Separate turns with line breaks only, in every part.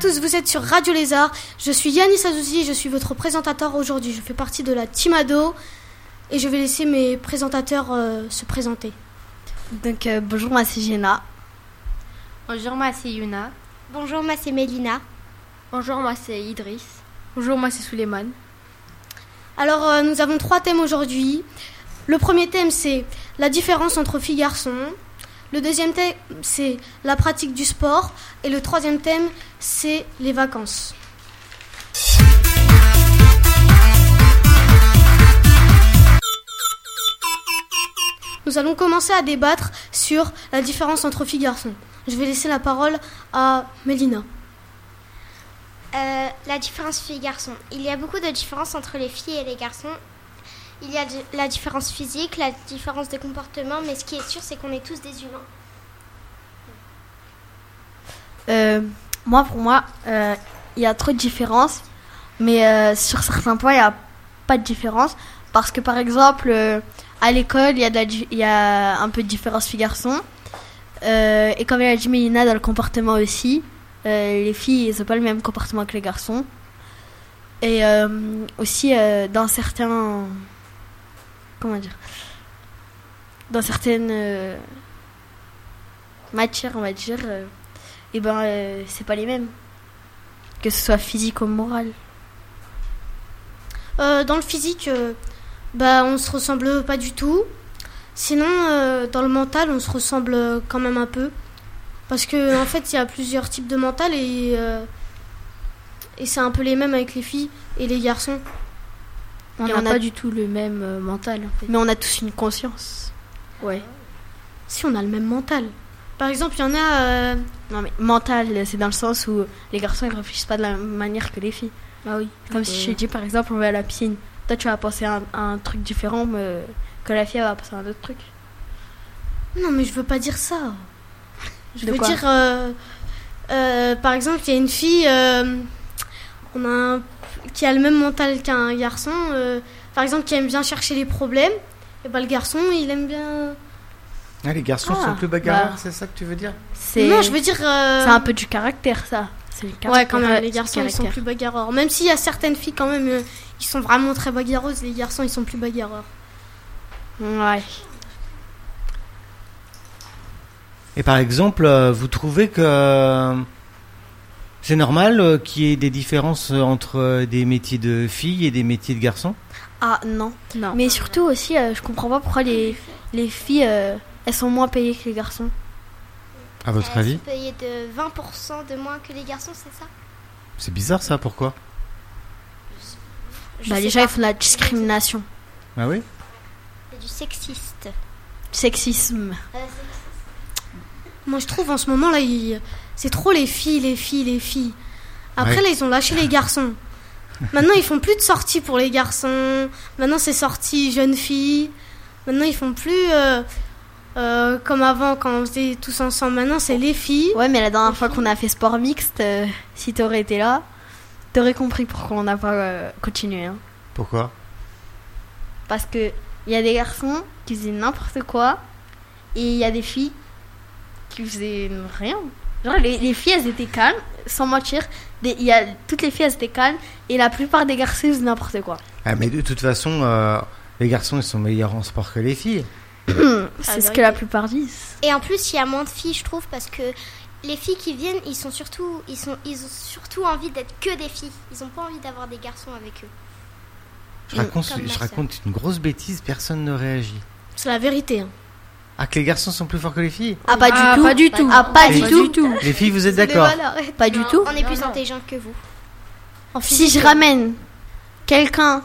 tous, vous êtes sur Radio Lézard. Je suis Yanis Azouzi, je suis votre présentateur aujourd'hui. Je fais partie de la Team Ado et je vais laisser mes présentateurs euh, se présenter.
Donc euh, bonjour, moi c'est Jenna.
Bonjour, moi c'est Yuna.
Bonjour, moi c'est Mélina.
Bonjour, moi c'est Idriss.
Bonjour, moi c'est Souleymane.
Alors, euh, nous avons trois thèmes aujourd'hui. Le premier thème, c'est la différence entre filles et garçons. Le deuxième thème, c'est la pratique du sport. Et le troisième thème, c'est les vacances. Nous allons commencer à débattre sur la différence entre filles et garçons. Je vais laisser la parole à Mélina.
Euh, la différence filles-garçons. Il y a beaucoup de différences entre les filles et les garçons. Il y a de- la différence physique, la différence de comportement, mais ce qui est sûr, c'est qu'on est tous des humains.
Euh, moi, pour moi, euh, il y a trop de différences, mais euh, sur certains points, il n'y a pas de différence. Parce que, par exemple, euh, à l'école, il y, a de la di- il y a un peu de différence filles-garçons. Euh, et comme elle a dit Mélina, dans le comportement aussi, euh, les filles, elles n'ont pas le même comportement que les garçons. Et euh, aussi, euh, dans certains. Comment dire Dans certaines euh, matières, on va dire. euh, et ben euh, c'est pas les mêmes. Que ce soit physique ou moral.
Euh, dans le physique, euh, bah, on se ressemble pas du tout. Sinon, euh, dans le mental, on se ressemble euh, quand même un peu. Parce que en fait, il y a plusieurs types de mental et, euh, et c'est un peu les mêmes avec les filles et les garçons.
On
Et
en
on
a-
n'a pas du tout le même euh, mental, en fait.
Mais on a tous une conscience.
Ouais.
Si on a le même mental. Par exemple, il y en a. euh,
Non mais mental, c'est dans le sens où les garçons ils réfléchissent pas de la même manière que les filles.
Bah oui.
Comme si je te dis par exemple on va à la piscine. Toi tu vas penser à un, à un truc différent mais que la fille elle va penser à un autre truc.
Non, mais je veux pas dire ça. Je
De
veux
quoi
dire, euh, euh, par exemple, il y a une fille euh, on a un- qui a le même mental qu'un garçon, euh, par exemple, qui aime bien chercher les problèmes. Et ben, le garçon, il aime bien.
Ah, les garçons
Ah,
sont plus bagarreurs,
bah.
c'est ça que tu veux dire
C'est
Non, je veux dire. euh,
c'est un peu du caractère ça. C'est le
Ouais,
caractère,
quand même, les
du
garçons, ils sont
caractère.
plus bagarreurs. Même s'il y a certaines filles, quand même, euh, ils sont vraiment très bagarreuses, les garçons, ils sont plus bagarreurs.
Ouais.
Et par exemple, euh, vous trouvez que euh, c'est normal euh, qu'il y ait des différences entre euh, des métiers de filles et des métiers de garçons
Ah non.
Non.
Mais surtout aussi euh, je comprends pas pourquoi les, les filles euh, elles sont moins payées que les garçons.
À votre
Elles
avis
sont payées de 20% de moins que les garçons, c'est ça
C'est bizarre ça, pourquoi
Je
bah
sais
déjà
pas.
ils font de la discrimination.
Ah oui
C'est du sexiste.
Sexisme.
Moi, je trouve en ce moment là, il- c'est trop les filles, les filles, les filles. Après,
Ouais.
là, ils ont lâché les garçons. Maintenant, ils font plus de sorties pour les garçons. Maintenant, c'est sorties jeunes filles. Maintenant, ils font plus euh, euh, comme avant quand on faisait tous ensemble. Maintenant, c'est les filles.
Ouais, mais la dernière fois qu'on a fait sport mixte, euh, si t'aurais été là, t'aurais compris pourquoi on n'a pas euh, continué. hein.
Pourquoi
Parce que il y a des garçons qui faisaient n'importe quoi et il y a des filles qui faisaient rien. Genre les, les filles elles étaient calmes, sans mentir. Des- il y a, toutes les filles elles étaient calmes et la plupart des garçons ils faisaient n'importe quoi.
Ah, mais de toute façon, euh, les garçons, ils sont meilleurs en sport que les filles.
C'est
la
ce que
vérité.
la plupart disent.
Et en plus, il y a moins de filles, je trouve, parce que les filles qui viennent, ils sont surtout, ils sont, ils ont surtout envie d'être que des filles. Ils ont pas envie d'avoir des garçons avec eux.
Je raconte,
Comme ma
je
sœur.
raconte une grosse bêtise, personne ne réagit.
C'est la vérité. hein.
Ah, que les garçons sont plus forts que les filles
Ah, pas
Ah,
du tout.
pas du tout.
Ah, pas
Pas
du
du
tout.
Les filles, vous êtes d'accord
Pas du tout.
On est plus
non.
intelligents que vous.
Si je ramène quelqu'un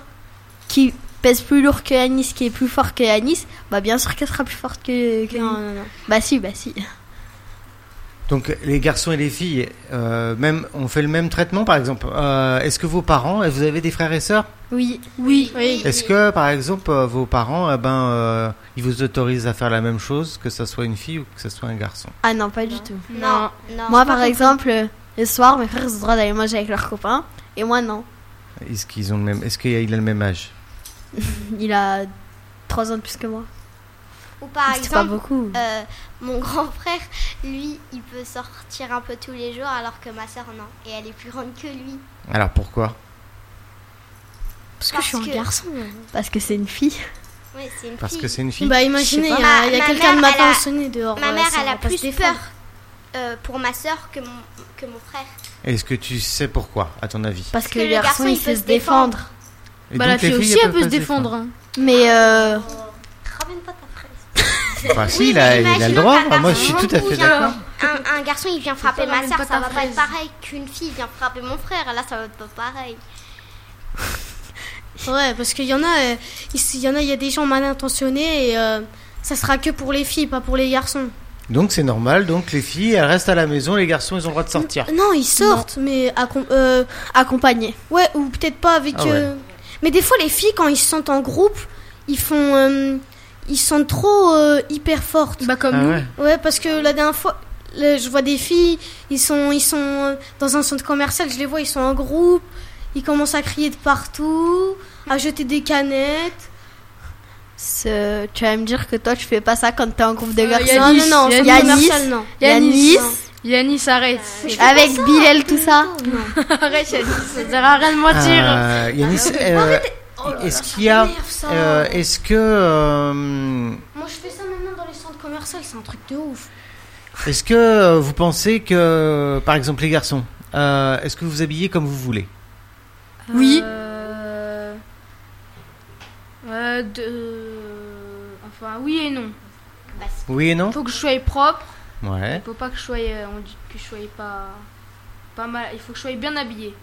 qui pèse plus lourd que Anis, qui est plus fort que Anis, bah bien sûr qu'elle sera plus forte que, que
Non,
lui.
non, non.
Bah si, bah si.
Donc, les garçons et les filles, euh, même, on fait le même traitement, par exemple. Euh, Est-ce que vos parents, vous avez des frères et sœurs
Oui.
Oui, oui.
Est-ce que, par exemple, euh, vos parents, eh ben, euh, ils vous autorisent à faire la même chose, que ça soit une fille ou que ça soit un garçon
Ah non, pas du tout.
Non, non.
moi par exemple, euh, le soir, mes frères ils ont le droit d'aller manger avec leurs copains, et moi non.
Est-ce qu'ils ont le même Est-ce qu'il a il a le même âge
Il a 3 ans de plus que moi.
Ou par
C'était pas
exemple,
beaucoup.
euh, mon grand frère, lui, il peut sortir un peu tous les jours, alors que ma soeur, non. Et elle est plus grande que lui.
Alors pourquoi
Parce que
parce
je suis un
que-
garçon. hein.
Parce que c'est une fille.
Oui, c'est une
Parce
fille.
que c'est une fille
Bah imaginez,
Je
il
sais
y
pas.
a, il y a
Ma- ma
quelqu'un de
mère, elle
m'appelant
a-
sonné dehors.
Ma
euh,
mère,
ça,
elle
on
a
va pas se
plus peur
défendre.
euh, pour ma soeur que mon, que mon frère.
Est-ce que tu sais pourquoi, à ton avis
Parce que
que
le
le
garçon,
garçon,
il
il
sait
peut
se
se
défendre.
Et
bah
donc,
la
les
fille
filles,
aussi, elle
peuvent
peut se
pas
défendre. hein.
Mais euh,
Ramène pas ta fraise.
Enfin, Bah, si,
Oui,
il a,
mais
il a le
imaginons
droit.
qu'un
Moi, je suis
garçon
tout à fait
vient-
d'accord.
Un, un garçon, il vient frapper
pas
ma
même
soeur,
pas
ça
ta
va pas
fraise.
être pareil qu'une fille vient frapper mon frère. Là, ça va être pas pareil.
Ouais, parce qu'il y en a, euh, il s- il y en a, il y a des gens mal intentionnés et euh, ça sera que pour les filles, pas pour les garçons.
Donc, c'est normal. Donc, les filles, elles restent à la maison. Les garçons, ils ont le droit de sortir.
Non, ils sortent, mais accom- euh,
accompagné.
ouais, ou peut-être pas avec.
Ah ouais.
euh, Mais des fois, les filles, quand ils se sentent en groupe, ils font, euh, ils se sentent trop euh, hyper fortes.
Bah comme
Ah
nous.
ouais.
Ouais, parce que la dernière fois, là, je vois des filles, ils sont, ils sont euh, dans un centre commercial, je les vois, ils sont en groupe, ils commencent à crier de partout, à jeter des canettes.
Ce- euh, Tu vas me dire que toi, tu fais pas ça quand t'es en groupe de
Euh,
garçons.
Yannis,
non, non, non, en centre
Yannis.
commercial, non.
Yanis, hein.
Yanis,
Yanis, arrête.
avec
hein.
Bilal, tout ça.
Euh, arrête, Yanis, ça sert à rien de mentir.
Euh, Yanis,
Ah,
euh, est-ce qu'il y a. euh, est-ce que. euh,
Moi, je fais ça maintenant dans les centres commerciaux, c'est un truc de ouf.
Est-ce que euh, vous pensez que, par exemple, les garçons, euh, est-ce que vous vous habillez comme vous voulez
Oui. Euh... euh, de... Enfin, oui et non.
Oui et non
Faut que je sois propre.
Ouais,
Faut pas que je sois... euh, On dit que je sois pas... Pas mal. Il faut que je sois bien habillée.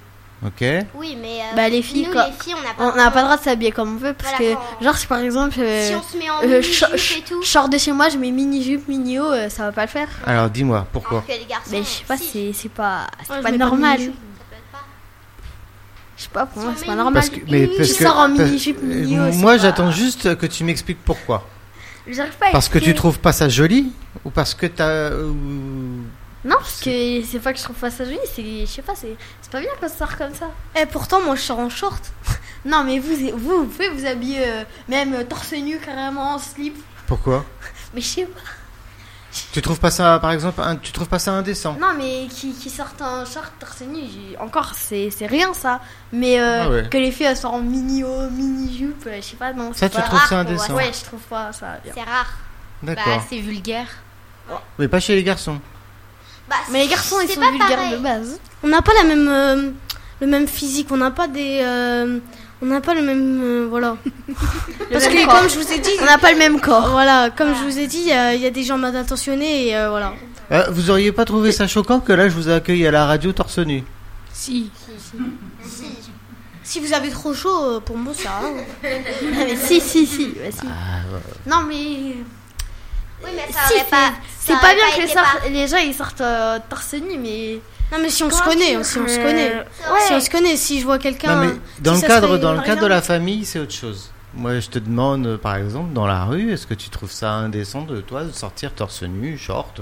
ok.
Oui, mais euh,
Bah, les filles,
nous,
quoi.
les filles, on n'a pas,
On n'a pas le droit de s'habiller comme on veut parce
Voilà,
que,
quand-
genre, si par exemple, euh,
Si on se met en
euh,
mini-jupe
cho- cho-
et tout,
je sors de chez moi, je mets mini-jupe, mini-haut, euh, ça va pas le faire.
Alors dis-moi,
alors
pourquoi
que les garçons,
Mais je sais pas,
si,
c'est c'est pas, c'est
Ouais, je
pas
mets pas de
normal.
mini-jupe.
ça peut être pas.
je sais pas, pour moi,
Si on
c'est
met
pas
une
normal.
Parce que, mais parce
Tu
que-
sors en
parce-
mini-jupe, mini-haut,
euh,
c'est
Moi,
pas-
j'attends juste que tu m'expliques pourquoi.
J'arrive pas à
Parce que tu
expliquer.
trouves pas ça joli ou parce que t'as euh, ou-
Non, parce que c'est pas que je trouve pas ça joli, c'est. Je sais pas, c'est c'est pas bien qu'on se sort comme ça.
Et pourtant, moi, je sors en short.
Non, mais vous, vous, vous pouvez vous habiller euh, même euh, torse nu, carrément, en slip.
Pourquoi
Mais je sais pas.
Tu trouves pas ça, par exemple, un- tu trouves pas ça indécent
Non, mais qui, qui sortent en short, torse nu, j'ai- encore, c'est c'est rien ça. Mais euh,
Ah ouais.
que les filles elles sortent en mini-haut, mini-jupe, euh, je sais pas, non.
Ça,
c'est
tu
pas
trouves
rare
ça
qu'on voit
indécent
Ouais, je trouve pas ça bien.
C'est rare.
D'accord.
Bah, c'est vulgaire.
mais pas chez les garçons.
Bah,
Mais les
c'est-
garçons, ils
c'est
sont
pas
vulgaires
pareil.
de base.
On n'a pas la même, euh, le même physique, on n'a pas des, euh, on n'a pas le même, euh, voilà. Parce
même
que
corps.
comme je vous ai dit,
On n'a pas le même corps. Ah.
voilà, comme je vous ai dit, il y, a- il y a des gens mal intentionnés et euh, voilà.
Euh, vous auriez pas trouvé ça choquant que là, je vous accueille à la radio torse nu
Si.
Si vous avez trop chaud, euh, pour moi, ça. va, hein.
Ah, mais si, si, si. bah, si. Non, mais.
Oui, mais ça
Si,
aurait
c'est-
pas.
C'est
ça
pas
aurait
bien que les,
été
sor-
par-
les gens ils sortent euh, torse nu, mais.
Non, mais si on se
Comment
connaît,
dire,
si on se
euh,
connaît. Si on se connaît, si je vois
Non,
quelqu'un.
mais dans
si
le
ça
cadre,
serait,
dans le
par
cadre de la famille, c'est autre chose. Moi, je te demande, euh, par exemple, dans la rue, est-ce que tu trouves ça indécent de toi de sortir torse nu, short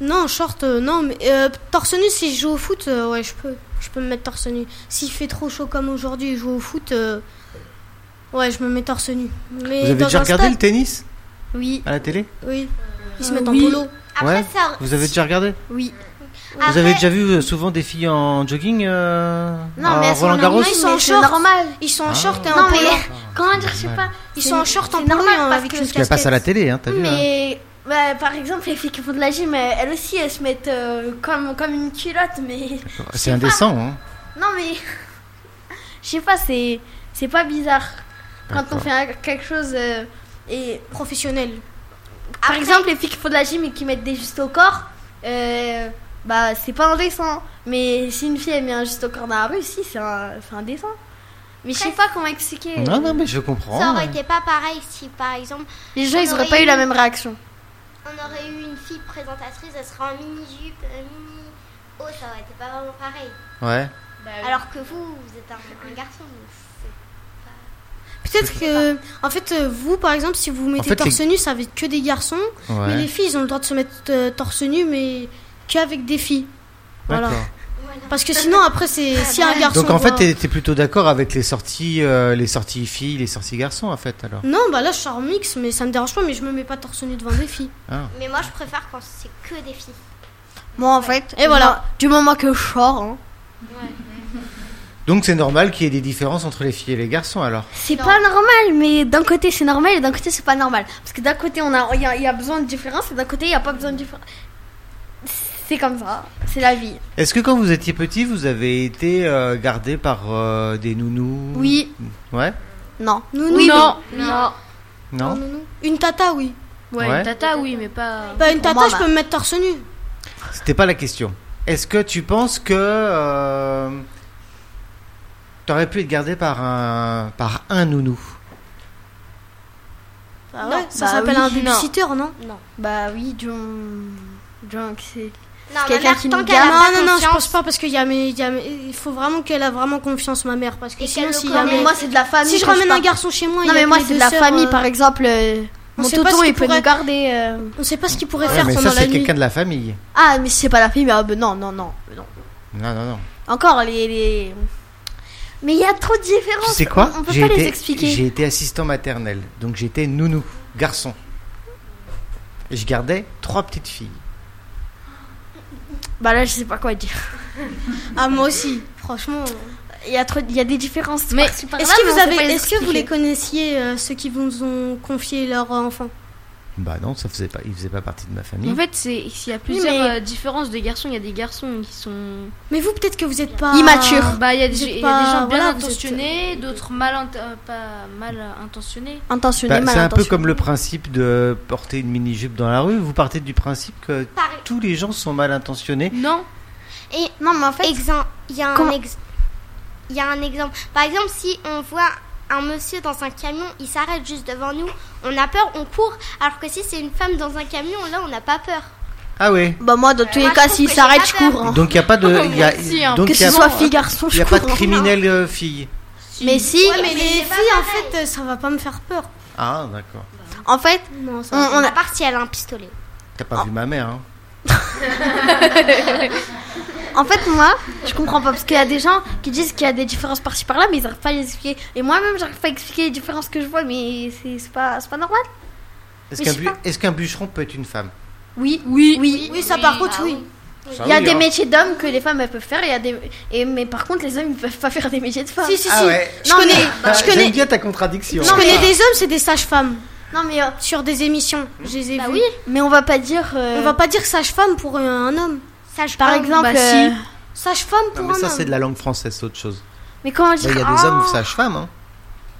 Non, short, euh, non, mais euh, torse nu, si je joue au foot, euh, ouais, je peux. Je peux me mettre torse nu. S'il fait trop chaud comme aujourd'hui et je joue au foot, euh, ouais, je me mets torse nu. Mais
Vous avez
dans
déjà
un
regardé
stade,
le tennis
Oui.
à la télé
Oui. Ils se
Euh,
mettent
oui.
en polo.
Après,
Ouais.
ça.
Vous avez déjà regardé
Oui.
Vous avez déjà vu euh, souvent des filles en jogging euh,
Non,
à
mais elles sont en
Roland Garros
ils sont en
mais c'est
short.
normal.
Ils sont en
Ah.
short et
Non,
en
mais-
polo.
Comment dire, je sais pas.
Ils
c'est-
sont en short en
c'est
polo
normal
hein,
parce
avec
que
une
je
Tu la passes à
casquette.
la télé, hein, t'as vu hein
Mais bah, par exemple, les filles qui font de la gym, elles, elles aussi elles se mettent euh, comme, comme une culotte, mais.
C'est indécent. Hein.
Non, mais. Je sais pas, c'est. C'est pas bizarre. Quand on fait un- quelque chose. euh, et.
Professionnelle.
Par exemple, les filles qui font de la gym et qui mettent des justes au corps, euh, bah c'est pas indécent. Mais si une fille elle met un juste au corps dans la rue, si c'est un- c'est indécent. Mais je sais pas comment expliquer.
Non, non, mais je
Ça
comprends.
aurait été pas pareil si, par exemple,
Les gens ils
On
auraient
aurait
pas eu
eu-
la même réaction.
on aurait eu une fille présentatrice, elle serait en mini-jupe, euh, mini. Oh, ça aurait été pas vraiment pareil.
Ouais.
Euh,
Alors que vous, vous êtes un, un garçon. donc c'est-
Peut-être que, en fait, euh, vous, par exemple, si vous vous mettez
fait,
torse nu, ça va être que des garçons. Mais
ouais.
les filles, ils ont le droit de se mettre euh, torse nu, mais qu'avec des filles. Voilà.
D'accord.
Ouais,
Parce que sinon, après, c'est
Ah,
si un garçon.
Donc en fait,
voit-
t'es es plutôt d'accord avec les sorties, euh, les sorties filles, les sorties garçons en fait alors.
Non, bah là, je suis en mix, mais ça me dérange pas, mais je me mets pas torse nu devant des filles.
hein.
Mais moi, je préfère quand c'est que des filles.
Moi, en fait,
Et voilà.
moi, du moment que je sors, hein,
Donc c'est normal qu'il y ait des différences entre les filles et les garçons alors.
c'est pas normal, mais d'un côté c'est normal et d'un côté c'est pas normal. Parce que d'un côté, on a, il y, a- il y a besoin de différence et d'un côté, il n'y a pas besoin de différence. C'est comme ça, c'est la vie.
Est-ce que quand vous étiez petit, vous avez été euh, gardé par euh, des nounous
Oui,
Ouais.
non.
Nounou,
non, non.
non,
Non.
nounou. Une tata, oui.
Ouais,
Ouais.
une tata, oui, mais pas.
Bah, une
Pour
tata,
moi,
je
bah.
peux me mettre torse nu.
C'était pas la question. Est-ce que tu penses que euh, t'aurais pu être gardé par un par un nounou
Bah
Non.
ouais, ça
Bah
s'appelle
oui,
un
non.
babysitter, non
Bah oui, John. John, c'est.
Non, ma
Quelqu'un
mère,
qui
tant
nous
qu'elle a
garde.
pas
non, non, je
confiance-
pense pas parce qu'il y a mes, il y a mes- il faut vraiment qu'elle a vraiment confiance ma mère parce que
Et
sinon
qu'elle
s'il
le
y a
connaît.
mes-
moi, c'est de la famille.
si je
quand
ramène un
pars.
garçon chez moi, il y
Non,
a
mais
que
moi,
mes
c'est de
deux
la
sœurs,
famille,
euh,
par exemple. euh,
on
mon
sait pas ce
tonton,
qu'il
il peut
pourrait-
nous garder. euh.
On sait pas ce qu'il pourrait
Ouais,
faire
Mais
pendant
ça
la
c'est
nuit.
quelqu'un de la famille.
Ah, mais c'est pas la famille, mais ah, ben non, non, non, non.
Non non non.
Encore les. les- Mais il y a trop de différences.
Tu sais quoi
On, on peut
J'ai
pas les
été-
expliquer.
J'ai été assistant maternel, donc j'étais nounou, garçon. Et je gardais trois petites filles.
Bah là, je sais pas quoi dire.
Ah moi aussi, franchement. euh,
Il y a trop, il y a des différences. Mais est-ce
Est-ce que vous avez, est-ce que vous les connaissiez euh, ceux qui vous ont confié leur enfant
Bah non, ça faisait pas, il faisait pas partie de ma famille.
En fait, c'est s'il y a plusieurs
mais-
euh, différences de garçons, il y a des garçons qui sont
Mais vous peut-être que vous êtes pas
Immature.
Bah, il y a des,
Vous êtes
il y a
pas-
des gens bien
voilà, vous êtes-
intentionnés, d'autres mal, int- euh, pas mal intentionnés.
intentionné,
Bah,
mal
c'est un peu
intentionné.
comme le principe de porter une mini jupe dans la rue. Vous partez du principe que
Pareil.
tous les gens sont mal intentionnés.
Non,
Et
Non, mais en fait,
Exem- il y a un
Comment-
ex- il y a un exemple. Par exemple, si on voit un monsieur dans un camion, il s'arrête juste devant nous, on a peur, on court. Alors que si c'est une femme dans un camion, là, on n'a pas peur.
Ah ouais.
bah moi, dans tous les
moi,
cas,
je
s'il
trouve que
s'arrête, je
j'ai pas
cours. hein.
Donc il y a pas de, il y a,
Si, hein,
donc
Que
il y a,
ce soit fille garçon,
il y
je
a pas de
cours. hein.
criminel euh, fille.
Mais si,
Ouais,
Mais
mais
les
c'est
filles,
pas
en
pareil.
fait, euh, ça va pas me faire peur.
Ah d'accord.
en fait,
Non, ça.
on, on
À
a-
part si elle a un pistolet.
T'as
Ah.
pas vu ma mère. Hein.
en fait, moi, je comprends pas parce qu'il y a des gens qui disent qu'il y a des différences par-ci par-là, mais ils arrivent pas à les expliquer. Et moi-même, j'arrive pas à expliquer les différences que je vois, mais c'est c'est pas, c'est pas normal.
Est-ce
Mais
qu'un
je sais
bu- est-ce qu'un bûcheron peut être une femme
Oui, oui, oui.
Oui, ça par contre, oui.
Ça,
Il y a
oui,
des
hein.
métiers d'hommes que les femmes elles peuvent faire, il y a des... et, mais par contre les hommes ils peuvent pas faire des métiers de femmes.
Si, si,
Ah
si.
ouais. Bah,
Je connais, je
J'aime
connais,
bien ta contradiction.
je connais des hommes, c'est des sages-femmes
Non mais, euh,
sur des émissions. Je les ai
bah
vus.
oui, mais on va pas dire. euh,
On va pas dire sage-femme pour euh, un homme.
Par
Femme,
exemple,
bah,
euh,
si. Sage-femme
Non,
pour
mais
un
ça
homme.
c'est de la langue française, c'est autre chose.
mais comment
Là,
dire
il y a des hommes sages-femmes. Hein.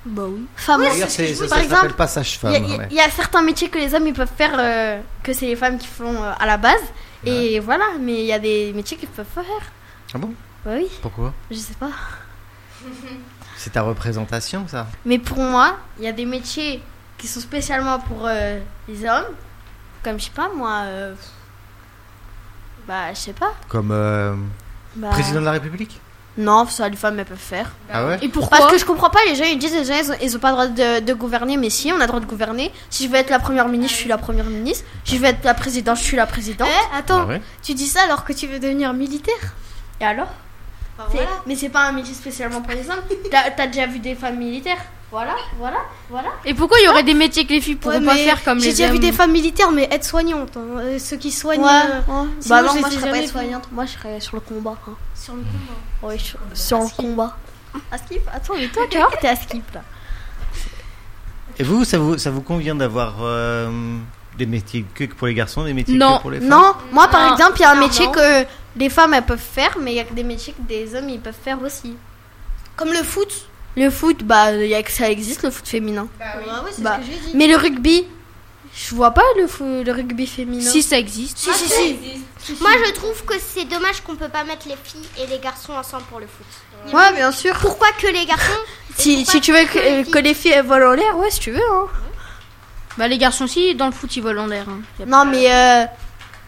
Bah oui. Femme.
D'ailleurs, c'est- ça
Par
ça s'appelle
exemple,
pas
il y, a-
sage-femme.
il y a-
ouais.
il y a certains métiers que les hommes ils peuvent faire euh, que c'est les femmes qui font euh, à la base et voilà, mais il y a des métiers qu'ils peuvent pas faire.
Ah bon
Bah oui,
Pourquoi
je sais pas.
C'est ta représentation, ça.
Mais pour moi, il y a des métiers qui sont spécialement pour euh, les hommes, comme je sais pas moi. euh, Bah je sais pas.
Comme euh,
Bah,
président de la République.
Non, ça les femmes elles peuvent faire.
Ah ouais.
Et pourquoi
Parce que je comprends pas, les gens ils disent les gens ils ont, ils ont pas le droit de, de gouverner, mais si on a le droit de gouverner. Si je veux être la première ministre, je suis la première ministre. Si je veux être la présidente, je suis la présidente.
Eh, attends,
Ah ouais.
tu dis ça alors que tu veux devenir militaire
Et alors C'est-
C'est-
Mais c'est pas un métier spécialement pour les hommes. T'as t'as déjà vu des femmes militaires Voilà, voilà, voilà.
Et pourquoi il y aurait des métiers que les filles pourraient
Ouais,
pas
mais
faire comme les
J'ai déjà vu
hommes
des femmes militaires, mais être soignantes ceux qui soignent. euh, sinon,
Bah non,
je les
moi
ai
je serais
jamais
pas
vues.
soignante. Moi je serais sur le combat. hein.
Sur le combat.
Ouais, sur, sur le combat. À skip Attends, mais toi, tu vois, t'es à skip là.
Et vous, ça vous, ça vous convient d'avoir euh, des métiers que pour les garçons, des métiers
Non.
que pour les femmes
Non, moi par
Ah.
Non,
exemple, il y a un
non,
métier
non.
que les femmes elles peuvent faire, mais il y a que des métiers que des hommes ils peuvent faire aussi.
Comme le foot.
Le foot, bah, il y a que ça existe le foot féminin.
Bah oui, c'est
Bah,
ce que j'ai dit.
Mais le rugby, je vois pas le, fo- le rugby féminin.
Si ça existe.
Si, si, si.
Moi, je trouve que c'est dommage qu'on peut pas mettre les filles et les garçons ensemble pour le foot.
Ouais, bien sûr.
Pourquoi que les garçons
Si, si tu veux que,
les
que les filles elles volent en l'air, ouais, si tu veux. Hein.
Bah les garçons aussi dans le foot ils volent en l'air. hein. Y a-
Non, mais euh,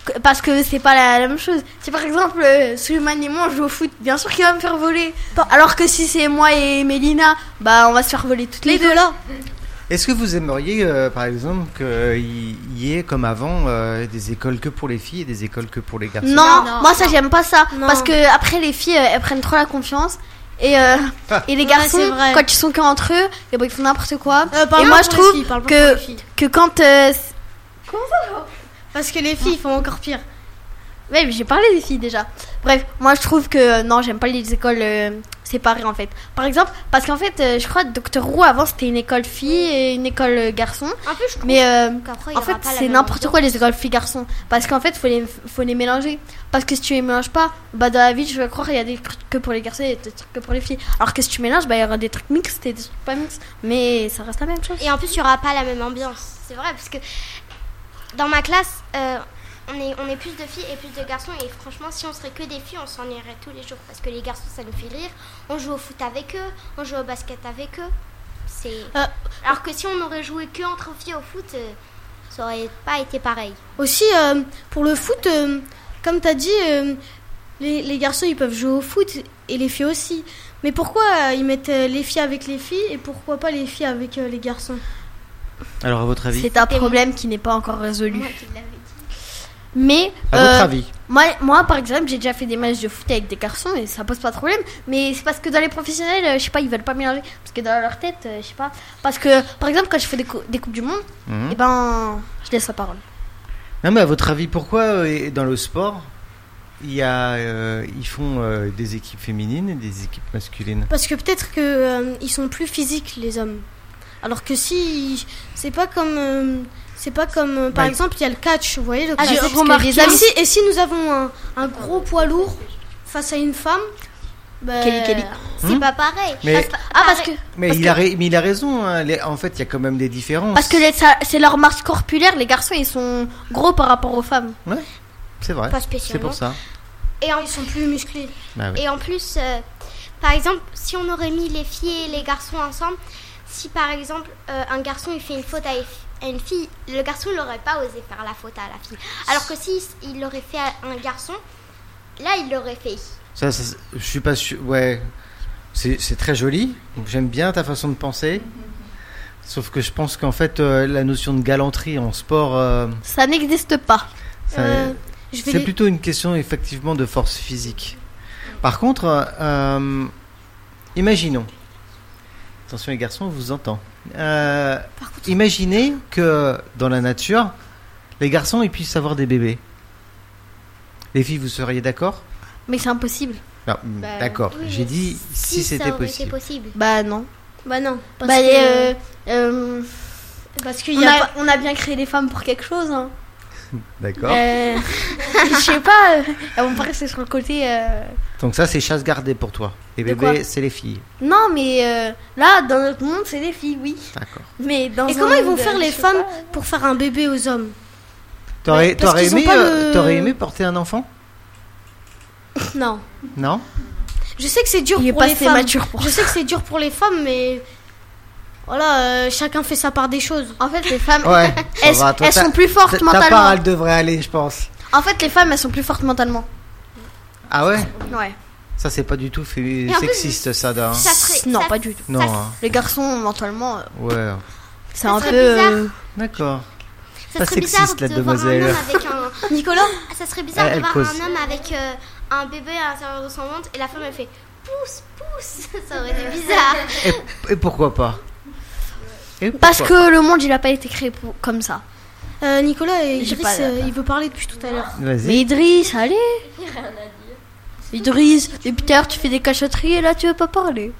que- parce que c'est pas la, la même chose. Si par exemple, euh, Suleiman et moi on joue au foot, bien sûr qu'il va me faire voler. Alors que si c'est moi et Mélina, bah on va se faire voler toutes les, deux là.
Est-ce que vous aimeriez, euh, par exemple, qu'il y ait, comme avant, euh, des écoles que pour les filles et des écoles que pour les garçons
Non, moi ça j'aime pas ça
Non.
parce que après les filles euh, elles prennent trop la confiance et euh, et les garçons
c'est vrai.
quand ils sont qu'entre eux et bon, ils font n'importe quoi
Euh, parle pas
Et moi,
pour
je
les
trouve
filles, parle pas
que-
pour les filles.
que quand euh, c-
Parce que les filles font encore pire.
ouais mais j'ai parlé des filles déjà bref moi je trouve que euh, non j'aime pas les écoles euh, séparées en fait par exemple parce qu'en fait euh, je crois que Docteur Roux avant c'était une école fille et une école euh, garçon
Un peu, je trouve
mais euh,
qu'après, il y
En
aura
fait,
pas la
c'est
même
n'importe
ambiance.
quoi les écoles filles-garçons. Parce qu'en fait, faut les, faut les mélanger. Parce que si tu les mélanges pas, bah dans la vie, je crois qu'il y a des trucs que pour les garçons et des trucs que pour les filles. Alors que si tu mélanges, bah il y aura des trucs mixtes et des trucs pas mixtes. Mais ça reste la même chose.
Et en plus, il n'y aura pas la même ambiance. C'est vrai, parce que dans ma classe, euh, on, est, on est plus de filles et plus de garçons. Et franchement, si on serait que des filles, on s'ennuierait tous les jours. Parce que les garçons, ça nous fait rire. On joue au foot avec eux, on joue au basket avec eux. C'est...
Euh,
Alors que si on aurait joué que entre filles au foot, euh, ça aurait pas été pareil.
Aussi, euh, pour le foot, euh, comme tu as dit, euh, les, les garçons ils peuvent jouer au foot et les filles aussi. Mais pourquoi euh, ils mettent euh, les filles avec les filles et pourquoi pas les filles avec euh, les garçons
Alors, à votre avis
C'est un problème qui n'est pas encore résolu.
Moi qui l'avais dit.
Mais
À votre
euh,
avis
moi, moi, par exemple, j'ai déjà fait des matchs de foot avec des garçons et ça pose pas de problème. Mais c'est parce que dans les professionnels, euh, je sais pas, ils veulent pas mélanger. Parce que dans leur tête, euh, je sais pas. Parce que, par exemple, quand je fais des, cou- des Coupes du Monde,
Mhm.
et ben, je laisse la parole.
Non, mais à votre avis, pourquoi euh, et dans le sport, il y a, euh, ils font euh, des équipes féminines et des équipes masculines
Parce que peut-être que euh, ils sont plus physiques les hommes. Alors que si ils- c'est pas comme euh, c'est pas comme euh, par
Ouais.
exemple il y a le catch, vous voyez le
Ah,
catch.
j'ai remarqué-
Et si, et si nous avons un, un gros poids lourd face à une femme, bah,
Kelly, Kelly.
C'est pas pareil.
mais,
Ah, parce que.
mais
parce
il
que-
a, ra- mais il a raison, hein, les- en fait, il y a quand même des différences.
Parce que les- ça- c'est leur masse corpulaire, les garçons ils sont gros par rapport aux femmes.
C'est vrai,
Pas
c'est
spécialement.
pour ça.
Et en
ils sont plus musclés.
Bah oui.
Et en plus, euh, par exemple, si on aurait mis les filles et les garçons ensemble, si par exemple euh, un garçon il fait une faute à une fi- à une fille, le garçon n'aurait pas osé faire la faute à la fille. Alors que si il l'aurait fait à un garçon, là il l'aurait fait.
Ça, ça, je suis pas sûr. Ouais, c'est c'est très joli. J'aime bien ta façon de penser.
Mhm.
Sauf que je pense qu'en fait, euh, la notion de galanterie en sport, euh,
Ça n'existe pas.
ça-
Euh, je vais
c'est
les-
plutôt une question effectivement de force physique. Par contre, euh, euh, imaginons. Attention les garçons, on vous entend. Euh, imaginez que dans la nature, les garçons ils puissent avoir des bébés. Les filles, vous seriez d'accord
Mais c'est impossible.
Non,
Bah,
mm, D'accord. J'ai dit si, c'était possible.
Bah non.
Bah non. Parce
bah,
que-
les, euh, euh,
Parce qu'il
on,
y
a,
a,
on a bien créé les femmes pour quelque chose. hein.
D'accord.
Euh, je sais pas, euh, elles vont pas rester sur le côté. euh.
Donc ça, c'est chasse gardée pour toi. Les
De quoi
bébés, c'est les filles.
Non, mais euh, là, dans notre monde, c'est des filles, oui.
D'accord.
Bah,
Mais dans
Et
un
comment ils vont
monde,
faire
euh,
les
je sais
femmes
pas.
pour faire un bébé aux hommes
T'aurais
parce
t'aurais
qu'ils ont
aimé,
pas
euh,
le-
t'aurais aimé porter un enfant
Non.
Non
Je sais que c'est dur
Il est
pour
pas
les
assez
femmes.
mature pour
Je sais que c'est dur pour les femmes, mais voilà, euh, chacun fait sa part des choses.
En fait, les femmes,
Ouais. Oh, ça
elles,
va, toi,
elles
t'as-
sont plus
Ta-
fortes
Ta part,
mentalement.
elle devrait aller, je pense.
En fait, les femmes, elles sont plus fortes mentalement.
Ah ouais
Ouais.
Ça, c'est pas du tout fé-
Et en plus,
sexiste, ça, d'un.
Ça serait-
non,
ça-
pas du tout.
Non,
ça-
hein.
Les garçons, mentalement, euh,
ouais.
c'est un peu.
serait bizarre.
euh,
D'accord.
Ça
Pas
serait
sexiste,
bizarre
la
de voir un
demoiselle.
homme avec un
Nicolas
ça serait bizarre
Elle
de voir
cause.
un homme avec euh, un bébé à l'intérieur de son ventre et la femme elle fait pousse pousse. ça aurait été bizarre.
Et, et pourquoi pas Et
Parce
pourquoi
que le monde, il a pas été créé pour- comme ça.
Euh, Nicolas et
J'ai
Idriss,
pas la-
euh, ils veulent parler depuis tout à l'heure.
Vas-y.
Mais Idriss, allez Idriss, depuis tout à l'heure, tu fais des cachotteries et là, tu veux pas parler.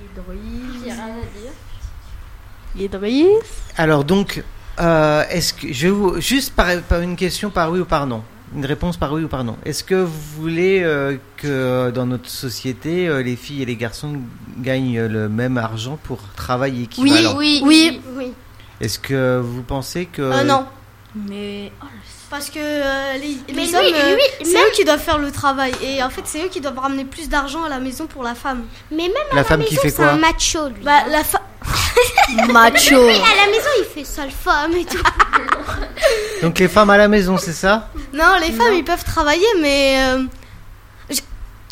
J'ai rien à dire.
Idriss
Alors donc, euh, est-ce que je vais vous juste par, par une question par oui ou par non, une réponse par oui ou par non. Est-ce que vous voulez euh, que dans notre société, euh, les filles et les garçons gagnent euh, le même argent pour travail équivalent
oui,
Oui, oui.
Est-ce que vous pensez que
Ah
Euh, non,
Mais
parce que euh, les, les
Mais lui-
hommes, euh,
lui,
c'est eux qui doivent faire le travail. Et en fait, c'est eux qui doivent ramener plus d'argent à la maison pour la femme.
Mais même
la femme qui
maison,
fait
c'est un
quoi
macho lui.
Bah, la femme.
Macho
à la maison, il fait seule femme et tout.
Donc les femmes à la maison, c'est ça
Non, les femmes, ils peuvent travailler, mais. euh, j-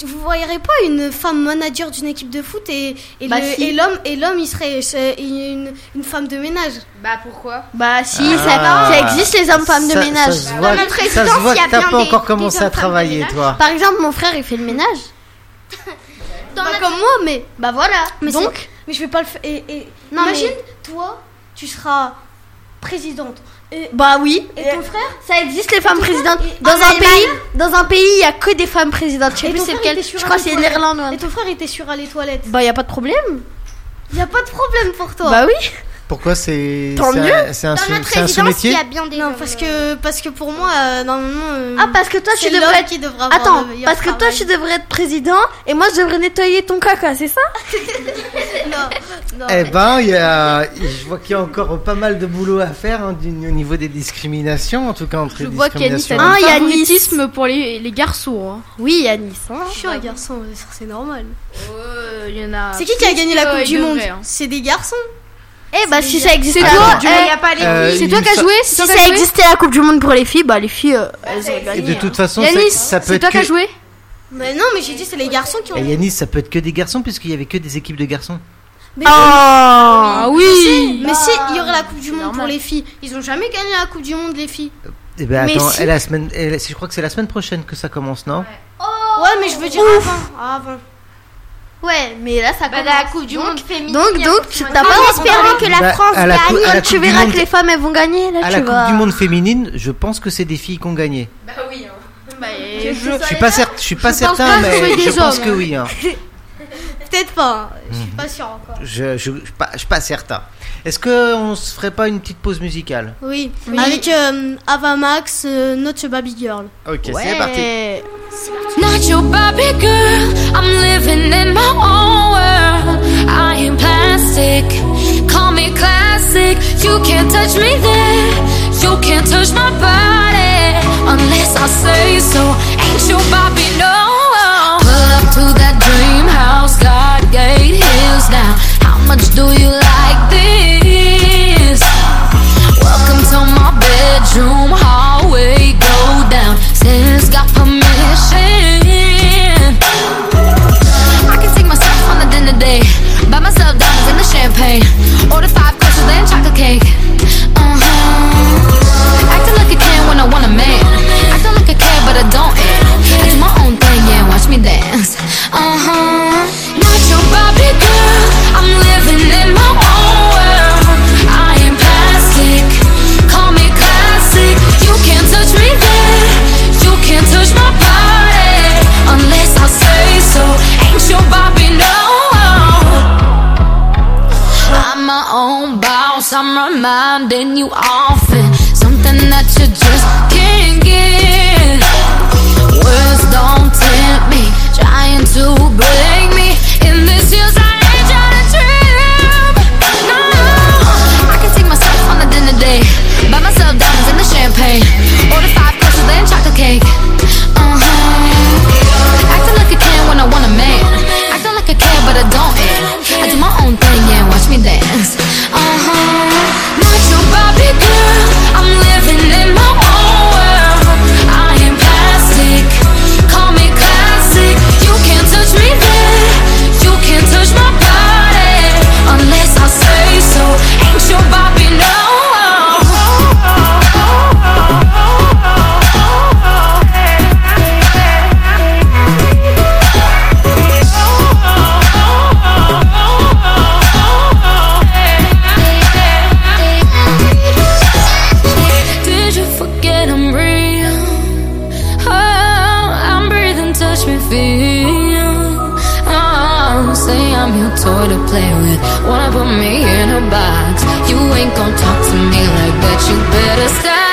vous voyez pas une femme manager d'une équipe de foot et, et
Bah
le-
si.
et l'homme et l'homme il serait c'est une, une femme de ménage.
Bah pourquoi
Bah si,
Ah.
ça, ça existe les hommes-femmes de
Ça-
ménage.
Ça se voit,
notre
ça se
résidence,
voit
il y a
que t'as
bien
pas
des-
encore
des
commencé à
hommes-femmes de
travailler,
ménage.
toi.
Par exemple, mon frère, il fait le ménage.
Dans
Pas
notre-
comme moi mais
Bah voilà.
Mais
Donc,
mais je vais pas le faire. Et, et-
Non,
imagine toi tu seras présidente
bah oui.
et ton frère
Ça existe les femmes présidentes.
et-
Dans
en
un
Allemagne
pays, dans un pays, il y a que des femmes présidentes. Je sais
Et
plus
ton
c'est
frère, il
lequel.
était sur
Je
un
crois que c'est
toit.
l'Irlande. ou un
et ton frère était sur les toilettes.
Bah y a pas de problème.
Il y a pas de problème pour toi.
Bah oui.
Pourquoi c'est
Tant
c'est un- c'est un,
Dans
sou-
notre
c'est un
résidence, il
sous-métier
y a bien des
non
hommes,
parce
euh,
que parce que pour moi euh, normalement euh,
Ah parce que toi
c'est
tu
l'homme
devrais. être-
qui devrait avoir
Attends,
le meilleur
parce que toi
travail.
tu devrais être président et moi je devrais nettoyer ton caca, c'est ça
Non, non.
Eh ben, il y a- je vois qu'il y a encore pas mal de boulot à faire hein, du- au niveau des discriminations, en tout cas entre
Je
les
vois qu'Yannis
discriminations.
a
a
dit
du
Yannis.
favoritisme pour les, les garçons.
Oui, Yanis. hein.
Je suis un garçon, ça, c'est normal.
Ouais, il y en a.
C'est qui qui a gagné la Coupe du Monde
Il
C'est des garçons.
Eh bah si ça existait,
toi,
la-
tu-
eh,
a
Ah,
pas les
Euh,
filles.
C'est toi qui as
joué
si ça existait la Coupe du Monde pour les filles, bah les filles, euh, elles auraient
Et
gagné.
de toute façon,
Yannis,
ça, ça peut
c'est
être
toi qui as
que...
joué
Mais non, mais j'ai dit c'est les garçons qui ont.
Eh, Yanis, ça peut être que des garçons, puisqu'il y avait que des équipes de garçons.
Mais,
Oh.
Ah oui
mais si,
Bah,
il y aurait la Coupe du
c'est
Monde pour
normal.
les filles. Ils ont jamais gagné la Coupe du Monde les filles.
Eh ben,
Mais
attends,
si.
eh, la semaine, eh, la- je crois que c'est la semaine prochaine que ça commence, non
ouais, mais je veux dire avant, avant.
Ouais, mais là ça
Bah,
commence.
la Coupe du Monde féminine.
Donc,
il y a
donc,
plus
tu
moins de-
t'as pas
En
espéré
espérant que
Bah,
la France
à la cou-
gagne.
à la
Quand tu
Coupe du
verras
Monde-
que les femmes elles vont gagner, là
À
tu
la
vas.
Coupe du Monde féminine, je pense que c'est des filles qui ont gagné.
Bah oui. Bah, et je...
Je suis pas, cer- je suis pas
pense
certain,
pas que ce
mais
soit
je
des
pense
hommes,
que
hein.
oui. hein.
Peut-être pas. hein. Je
Mmh.
suis pas sûre encore.
Je, je, je suis pas, je suis pas certain. Est-ce que on se ferait pas une petite pause musicale
Oui. Avec euh, Ava Max, euh, Not a Baby Girl.
Ok, c'est parti.
Not your Barbie girl. I'm living in my own world. I am plastic. Call me classic. You can't touch me there. You can't touch my body unless I say so. Ain't your Barbie no. Pull up to that dream house. God gate hills now. How much do you like this? Welcome to my bedroom hallway. Go down. Since got permission. I can take myself on a dinner date. Buy myself diamonds and the champagne. Order five courses and chocolate cake. Uh-huh. Acting like a kid when I want a man. Acting like a kid, but I don't. It's my own thing, yeah. Watch me dance. Uh-huh. Not your Barbie girl. I'm living in my own world. I am plastic. Call me classic. You can't touch me there. You can't touch my body unless I say so. Ain't your Barbie no. I'm my own boss. I'm reminding you often something that you just can't get. Words don't tempt me, trying to break me. In this year's I ain't trying to trip. No, I can take myself on a dinner date, buy myself diamonds and the champagne, order five courses and chocolate cake. Uh huh. Acting like a kid when I want a man, acting like a kid but I don't. I do my own thing, yeah. Watch me dance. Uh huh. Not your Barbie girl. I'm living in my own world. I am plastic. Call me classic. You can't touch me there. You can't touch my body unless I say so. Ain't your Barbie no. Did you forget I'm real? Oh, I'm breathing, touch me, feel. Oh, say I'm your toy to play with. Wanna put me in a box? You ain't gon' talk to me like that. You better stop.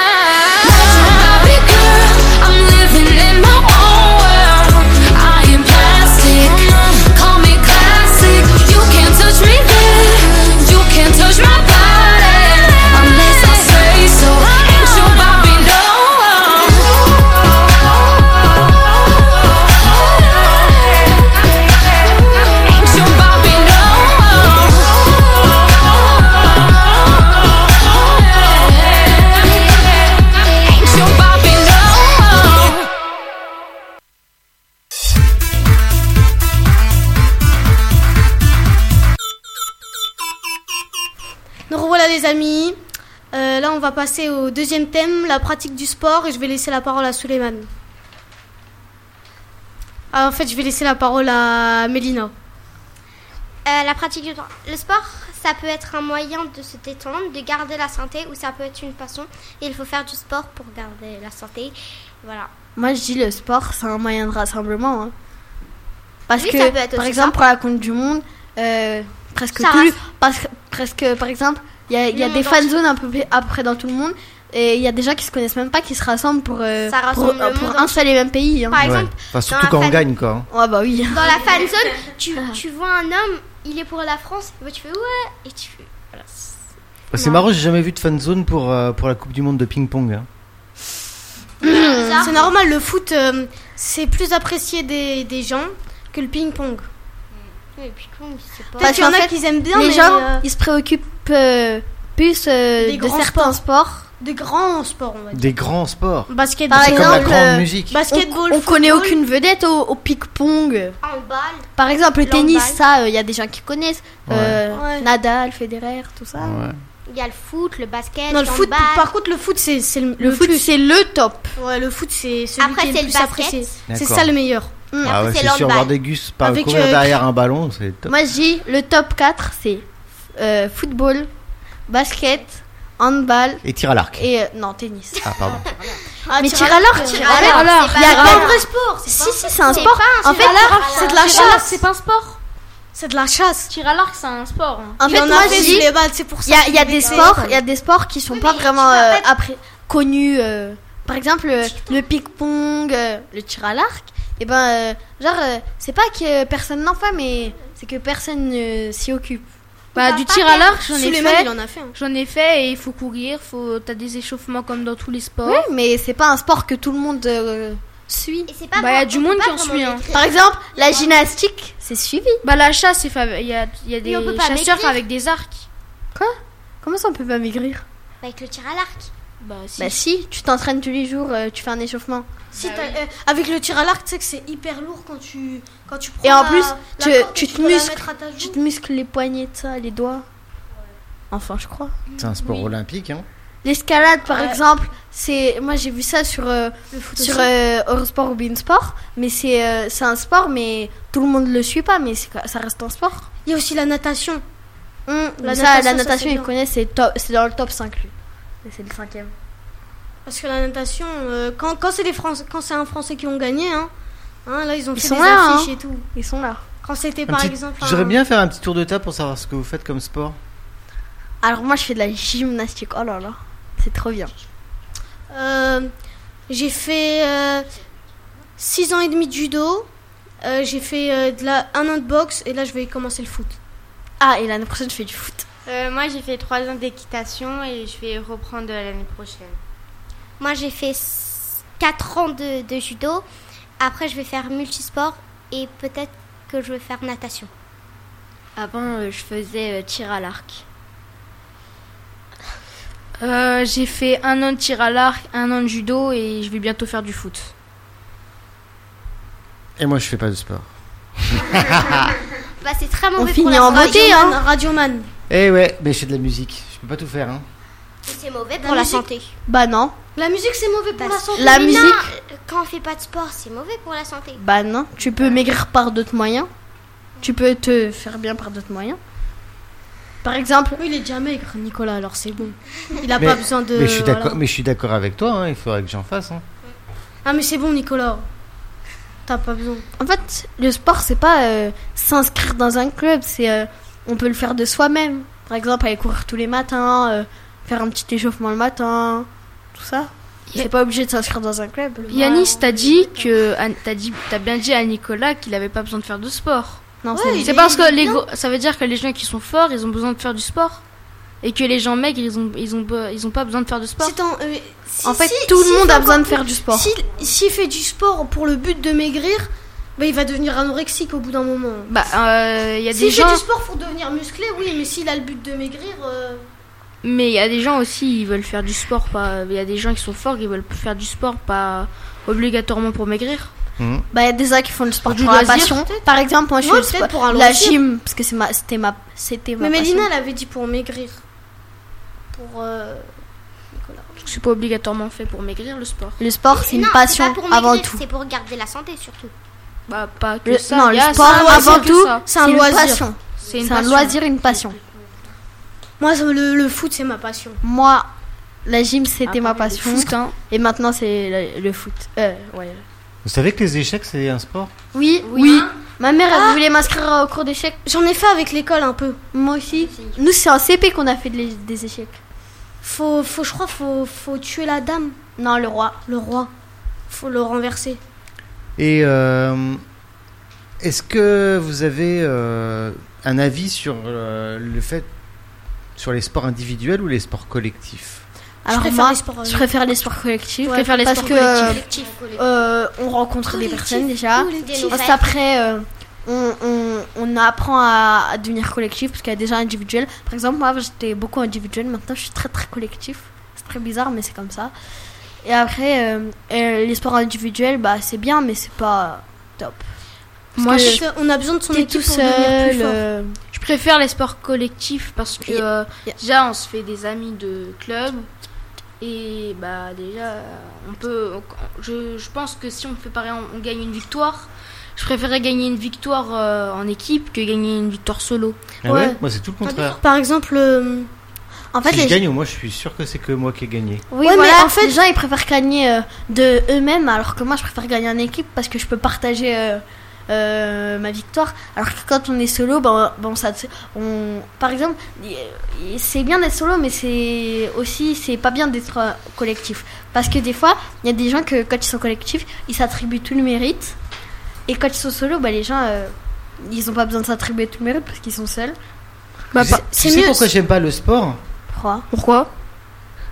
Bobby girl, I'm living in my own world. I am plastic. Call me classic. You can't touch me there. You can't touch my body unless I say so. Ain't your Bobby no. Ain't your Bobby no.
les amis. Euh, là, on va passer au deuxième thème, la pratique du sport, et je vais laisser la parole à Suleiman. Ah, en fait, je vais laisser la parole à Mélina.
Euh, la pratique du sport. Le sport, ça peut être un moyen de se détendre, de garder la santé, ou ça peut être une passion. Et il faut faire du sport pour garder la santé. Voilà.
Moi, je dis le sport, c'est un moyen de rassemblement. hein. Parce
Oui,
que,
ça peut être
par
aussi
exemple,
ça.
pour la Coupe du Monde, euh, presque
Ça
tout,
rass-
parce- presque, par exemple, il y a, il y a
Le
des
monde entier.
fan zones un peu près- à peu près dans tout le monde, et il y a des gens qui se connaissent même pas, qui se rassemblent pour, euh,
Ça
pour,
rassemble le
pour
monde
un seul et même pays. hein.
Par
Ouais.
exemple,
Enfin, surtout
la
quand on
famille-
gagne, quoi. hein.
Ah bah oui.
dans la fan zone, tu, tu vois un homme, il est pour la France, et tu fais ouais, et tu fais. voilà.
C'est marrant, j'ai jamais vu de fan zone pour, euh, pour la Coupe du Monde de ping-pong. hein.
C'est normal, le foot, euh, c'est plus apprécié des, des gens que le ping-pong.
Et puis comment il sait pas.
Peut-être
Parce
qu'il y en
qu'en
a
fait,
qui aiment bien,
les
mais
gens,
euh,
ils se préoccupent euh, plus euh,
Des
de
grands
certains sports.
des grands sports, on va dire.
Des grands sports.
Basket,
Par
C'est comme la
exemple,
grande
euh,
bah,
musique.
basketball,
on, on connaît
football.
aucune vedette au, au ping-pong.
En balle,
Par exemple, le
L'handball.
tennis, ça, euh, il y a des gens qui connaissent.
Ouais.
Euh,
Ouais.
Nadal, Federer, tout ça.
Ouais.
il y a le foot, le basket,
Non, le foot,
balle.
par contre, le foot, c'est c'est le,
Le, foot,
plus.
c'est le top.
Ouais, le foot, c'est celui
Après,
qui est le
c'est le
plus
basket.
apprécié. C'est
D'accord.
ça le meilleur.
Et
Ah
après,
ouais,
c'est
c'est sûr,
l'handball.
voir des gus par
Avec,
courir
euh,
derrière un ballon, c'est top.
Moi, je dis le top 4, c'est euh, football, basket, handball
Et tir à l'arc.
et. euh, non, tennis.
Ah, pardon.
mais tir à l'arc,
tir
tir
à
à l'arc.
l'arc,
Bah,
Il y a
c'est pas
pas
un
de vrai sport. Si, si, c'est un sport. En fait,
C'est de la
Tir à l'arc,
chasse.
c'est pas un sport.
C'est de la chasse.
Tir à l'arc, c'est un sport. hein.
en
Il
fait
en a
moi,
fait
je
sous
dis.
les balles, c'est pour ça.
Il y a, il y a
qu'il
des
était-
sports, il y a des sports qui sont
Oui,
pas
mais
vraiment
tu
euh,
t'appelles-
après connus. euh, par exemple, euh, le ping-pong, euh, le tir à l'arc. Et ben, euh, genre, euh, c'est pas que personne n'en fait, mais c'est que personne ne s'y occupe.
Bah,
va
du
pas
tir à
faire
l'arc, j'en ai
Suleiman, il
fait.
en a fait. hein.
J'en ai fait et il faut courir, faut t'as des échauffements comme dans tous les sports.
Oui, mais c'est pas un sport que tout le monde euh, suit.
Et c'est pas
Bah, y a
vrai,
du
on peut
monde
pas
qui en
vraiment
suit, hein.
décrire.
Par exemple, la gymnastique, c'est suivi.
Bah la chasse, il fa- il y a, il y a
Mais on peut
des
pas
chasseurs
maigrir.
avec des arcs.
Comment ça, on peut pas maigrir
Avec le tir à l'arc.
Bah si.
Bah si, tu t'entraînes tous les jours, euh, tu fais un échauffement.
Si t'as- euh, avec le tir à l'arc, tu sais que c'est hyper lourd quand tu quand tu prends
Et en
la-
plus,
la
tu-
corde et
tu te
peux la
muscles.
mettre à ta joue.
Tu te muscles les poignets, tout ça, les doigts. Enfin, je crois.
C'est un sport olympique. Hein.
L'escalade, par
Ouais.
exemple, c'est moi j'ai vu ça sur euh,
Le foot
sur
aussi.
euh, Eurosport ou Beansport, mais c'est euh, c'est un sport, mais tout le monde le suit pas, mais c'est quoi- ça reste un sport.
Il y a aussi la natation.
La,
La
Hmm, ça,
natation,
la
ça,
natation,
c'est
ils
bien.
connaissent, c'est top- c'est dans le top 5 lui. Mais C'est le cinquième.
Parce que la natation, euh, quand, quand c'est les Français, quand c'est un Français qui ont gagné, hein, hein, là ils ont
Ils
fait
sont
des
là,
affiches
hein.
et tout.
Ils sont là.
Quand c'était
Un
par
petit-
exemple,
J'aimerais
un-
bien faire un petit tour de table pour savoir ce que vous faites comme sport.
Alors moi je fais de la gymnastique. Oh là là, c'est trop bien.
euh, j'ai fait 6 ans et demi de judo, euh, j'ai fait euh, de la, un an de boxe et là je vais commencer le foot.
Ah et l'année prochaine je fais du foot.
Euh, moi, j'ai fait 3 ans d'équitation et je vais reprendre l'année prochaine.
Moi, j'ai fait 4 ans de, de judo. Après, je vais faire multisport et peut-être que je vais faire natation.
Avant, euh, je faisais euh, tir à l'arc.
Euh, j'ai fait un an de tir à l'arc, un an de judo et je vais bientôt faire du foot.
Et moi, je fais pas de sport.
Bah, c'est très mauvais
finit
pour la
en
santé.
beauté,
Radioman,
hein.
Radioman.
Eh ouais, mais je fais de la musique. Je peux pas tout faire. Hein.
C'est mauvais
La
pour la
musique.
santé.
Bah non.
La musique c'est mauvais pour
Bah,
la santé.
La
Mais non,
musique,
euh, quand on fait pas de sport, c'est mauvais pour la santé.
bah non. Tu peux maigrir par d'autres moyens. Tu peux te faire bien par d'autres moyens. Par exemple,
Oui, il est déjà maigre, Nicolas, alors c'est bon. Il a
Mais-
pas besoin de.
mais, je suis d'accord,
voilà.
mais je suis d'accord avec toi. hein, Il faudrait que j'en fasse. Hein.
Ah, mais c'est bon, Nicolas. T'as pas besoin.
En fait, le sport, c'est pas euh, s'inscrire dans un club, c'est euh, on peut le faire de soi-même. Par exemple, aller courir tous les matins, euh, faire un petit échauffement le matin, tout ça. C'est pas obligé de s'inscrire dans un club.
Yanis, t'as dit que à- t'as dit t'as bien dit à Nicolas qu'il avait pas besoin de faire de sport.
Non,
Ouais,
c'est
il
C'est
est-
parce
il
que
est
les
bien.
go- ça veut dire que les gens qui sont forts, ils ont besoin de faire du sport et que les gens maigres, ils ont ils ont be- ils ont pas besoin de faire de sport.
Si t'en- euh, si-
En fait,
si-
tout
s'il
le monde
fait
a besoin de
encore
faire du sport.
S'il s'il fait du sport pour le but de maigrir, bah, il va devenir anorexique au bout d'un moment.
Bah euh, il y a des
S'il fait
gens
du sport pour devenir musclé, oui, mais s'il a le but de maigrir, euh,
mais il y a des gens aussi ils veulent faire du sport pas il y a des gens qui sont forts qui veulent faire du sport pas obligatoirement pour maigrir.
Mhm.
Bah, y a des gens qui font le sport
Du
pour la
loisir,
passion. Par exemple, moi, je
Non,
fais le
peut-être
sport-
pour un
la
loisir.
gym parce que c'est ma, c'était ma, c'était ma
mais
passion.
Mélina l'avait dit pour maigrir. pour euh, Nicolas.
Parce que c'est pas obligatoirement fait pour maigrir le sport.
Le sport, c'est une
Non,
passion
pas pour
avant
maigrir,
tout.
C'est pour garder la santé surtout.
Bah, pas que
Le-
ça.
non,
il
le
y a-
sport,
c'est un loisir
avant
que
tout,
ça.
c'est un
une
loisir.
passion.
C'est une
C'est un
passion.
loisir, une passion.
Moi, ça- le, le foot, c'est ma passion.
Moi, la gym, c'était
Ah,
ma
pareil,
passion.
le foot, hein.
Et maintenant, c'est la- le foot. Euh, ouais.
Vous savez que les échecs, c'est un sport
Oui, oui.
hein.
Ma mère, elle voulait m'inscrire au cours d'échecs.
J'en ai fait avec l'école un peu.
Moi aussi. Nous, c'est en CP qu'on a fait de l'é- des échecs.
Faut, faut je crois, faut, faut tuer la dame,
Non, le roi.
le roi. Faut le renverser.
Et euh, est-ce que vous avez euh, un avis sur euh, le fait sur les sports individuels ou les sports collectifs
Alors
préfère
moi,
les sports, euh,
je préfère les sports collectifs.
Je préfère les
parce
sports
que
collectifs.
euh, on rencontre des personnes déjà.
Des
Ensuite,
nouvelles.
après, euh, on, on- on apprend à, à devenir collectif parce qu'il y a déjà individuel. Par exemple, moi, j'étais beaucoup individuel. Maintenant, je suis très très collectif. C'est très bizarre, mais c'est comme ça. Et après, euh, euh, les sports individuels, bah, c'est bien, mais c'est pas top.
Moi,
Parce
je,
que on a besoin de son
T'es
équipe
tout
pour
seul.
devenir plus fort.
euh,
je préfère les sports collectifs parce que
Et-
euh,
Yeah.
déjà on se fait des amis de club et bah déjà on peut. on- je, je pense que si on fait pareil, on, on gagne une victoire. Je préférerais gagner une victoire euh, en équipe que gagner une victoire solo.
Ah
Ouais.
Moi, c'est tout le contraire.
Par exemple, euh,
En fait,
si
les,
je gagne, moi, je suis sûr que c'est que moi qui ai gagné.
Oui,
Ouais,
voilà,
mais en fait-
les gens ils préfèrent gagner euh, de eux-mêmes alors que moi je préfère gagner en équipe parce que je peux partager euh, euh, ma victoire. Alors que quand on est solo, ben, bon, ça, on, par exemple, y- y- c'est bien d'être solo, mais c'est aussi c'est pas bien d'être euh, collectif parce que des fois il y a des gens que quand ils sont collectifs ils s'attribuent tout le mérite et quand ils sont solo, bah, les gens euh, ils ont pas besoin de s'attribuer tout le mérite parce qu'ils sont seuls.
Bah,
Tu sais- Bah, tu sais pourquoi j'aime pas le sport
Pourquoi
Pourquoi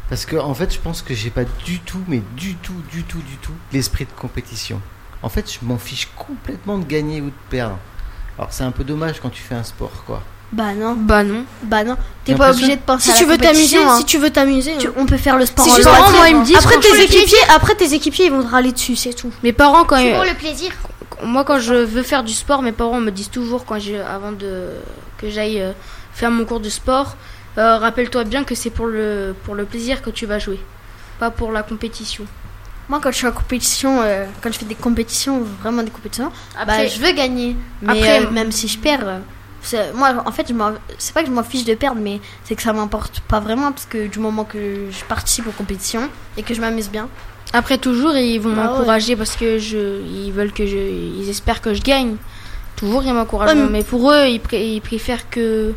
Parce que en fait, je pense que j'ai pas du tout, mais du tout, du tout, du tout, l'esprit de compétition. En fait, je m'en fiche complètement de gagner ou de perdre. Alors, c'est un peu dommage quand tu fais un sport, quoi.
Bah non,
Bah non.
bah non. T'es
J'ai
pas
l'impression-
obligé de penser
si
à
tu
la
veux t'amuser,
compétition, hein.
si tu veux t'amuser.
Tu-
hein.
on peut faire le sport
C'est
en
juste
loisir,
vraiment, moi, ils me
hein.
disent
Après
quand
tes
je fais-
équipiers, après tes équipiers, ils vont te râler dessus, c'est tout.
Mes parents quand
C'est
ils-
euh,
pour le plaisir.
Moi, quand je veux faire du sport, mes parents me disent toujours, quand j'ai, avant de, que j'aille euh, faire mon cours de sport, euh, rappelle-toi bien que c'est pour le, pour le plaisir que tu vas jouer, pas pour la compétition.
Moi, quand je suis en compétition, euh, quand je fais des compétitions, vraiment des compétitions, bah,
Après-
je veux gagner. Mais
Après-
euh, même si je perds, euh, c'est- moi, en fait, je m'en- c'est pas que je m'en fiche de perdre, mais c'est que ça m'importe pas vraiment parce que du moment que je participe aux compétitions et que je m'amuse bien.
Après, toujours, ils vont
Bah ouais.
m'encourager parce que je, ils veulent que je, ils espèrent que je gagne. Toujours, ils m'encouragent.
Ouais,
mais... pour eux, ils, pré- ils préfèrent que,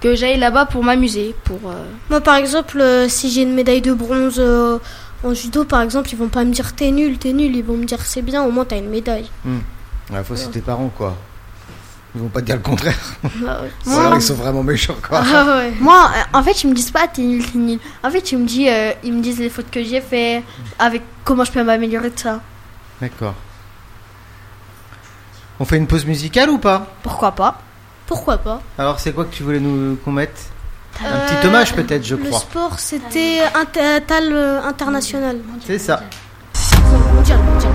que j'aille là-bas pour m'amuser, pour, euh,
Moi, par exemple, euh, si j'ai une médaille de bronze euh, en judo, par exemple, ils vont pas me dire t'es nul, t'es nul, ils vont me dire c'est bien, au moins t'as une médaille.
La fois, c'est tes parents, quoi. Ils vont pas te dire le contraire.
Bah, ouais.
Ou alors, ils sont vraiment méchants, quoi.
Ah ouais.
Moi, euh, en fait, ils me disent pas t'es nul, t'es nul. En fait, ils me disent, euh, ils me disent les fautes que j'ai fait, avec comment je peux m'améliorer de ça.
D'accord. On fait une pause musicale ou pas
Pourquoi pas
Pourquoi pas
Alors, c'est quoi que tu voulais nous qu'on mette Un
Euh,
petit hommage, peut-être, je
Le
crois.
sport, c'était
Ah
inter- tal euh, international.
C'est ça.
Mondial, mondial.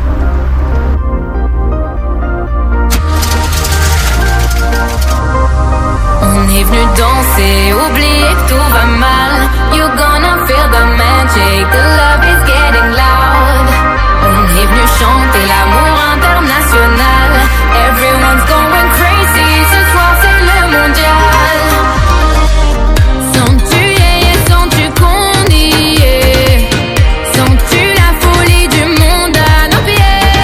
On est venu danser, oublier que tout va mal. You're gonna feel the magic, the love is getting loud. On est venu chanter l'amour international. Everyone's going crazy, ce soir c'est le mondial. Sens-tu yeah, yeah, sens-tu qu'on y est? Sens-tu la folie du monde à nos pieds?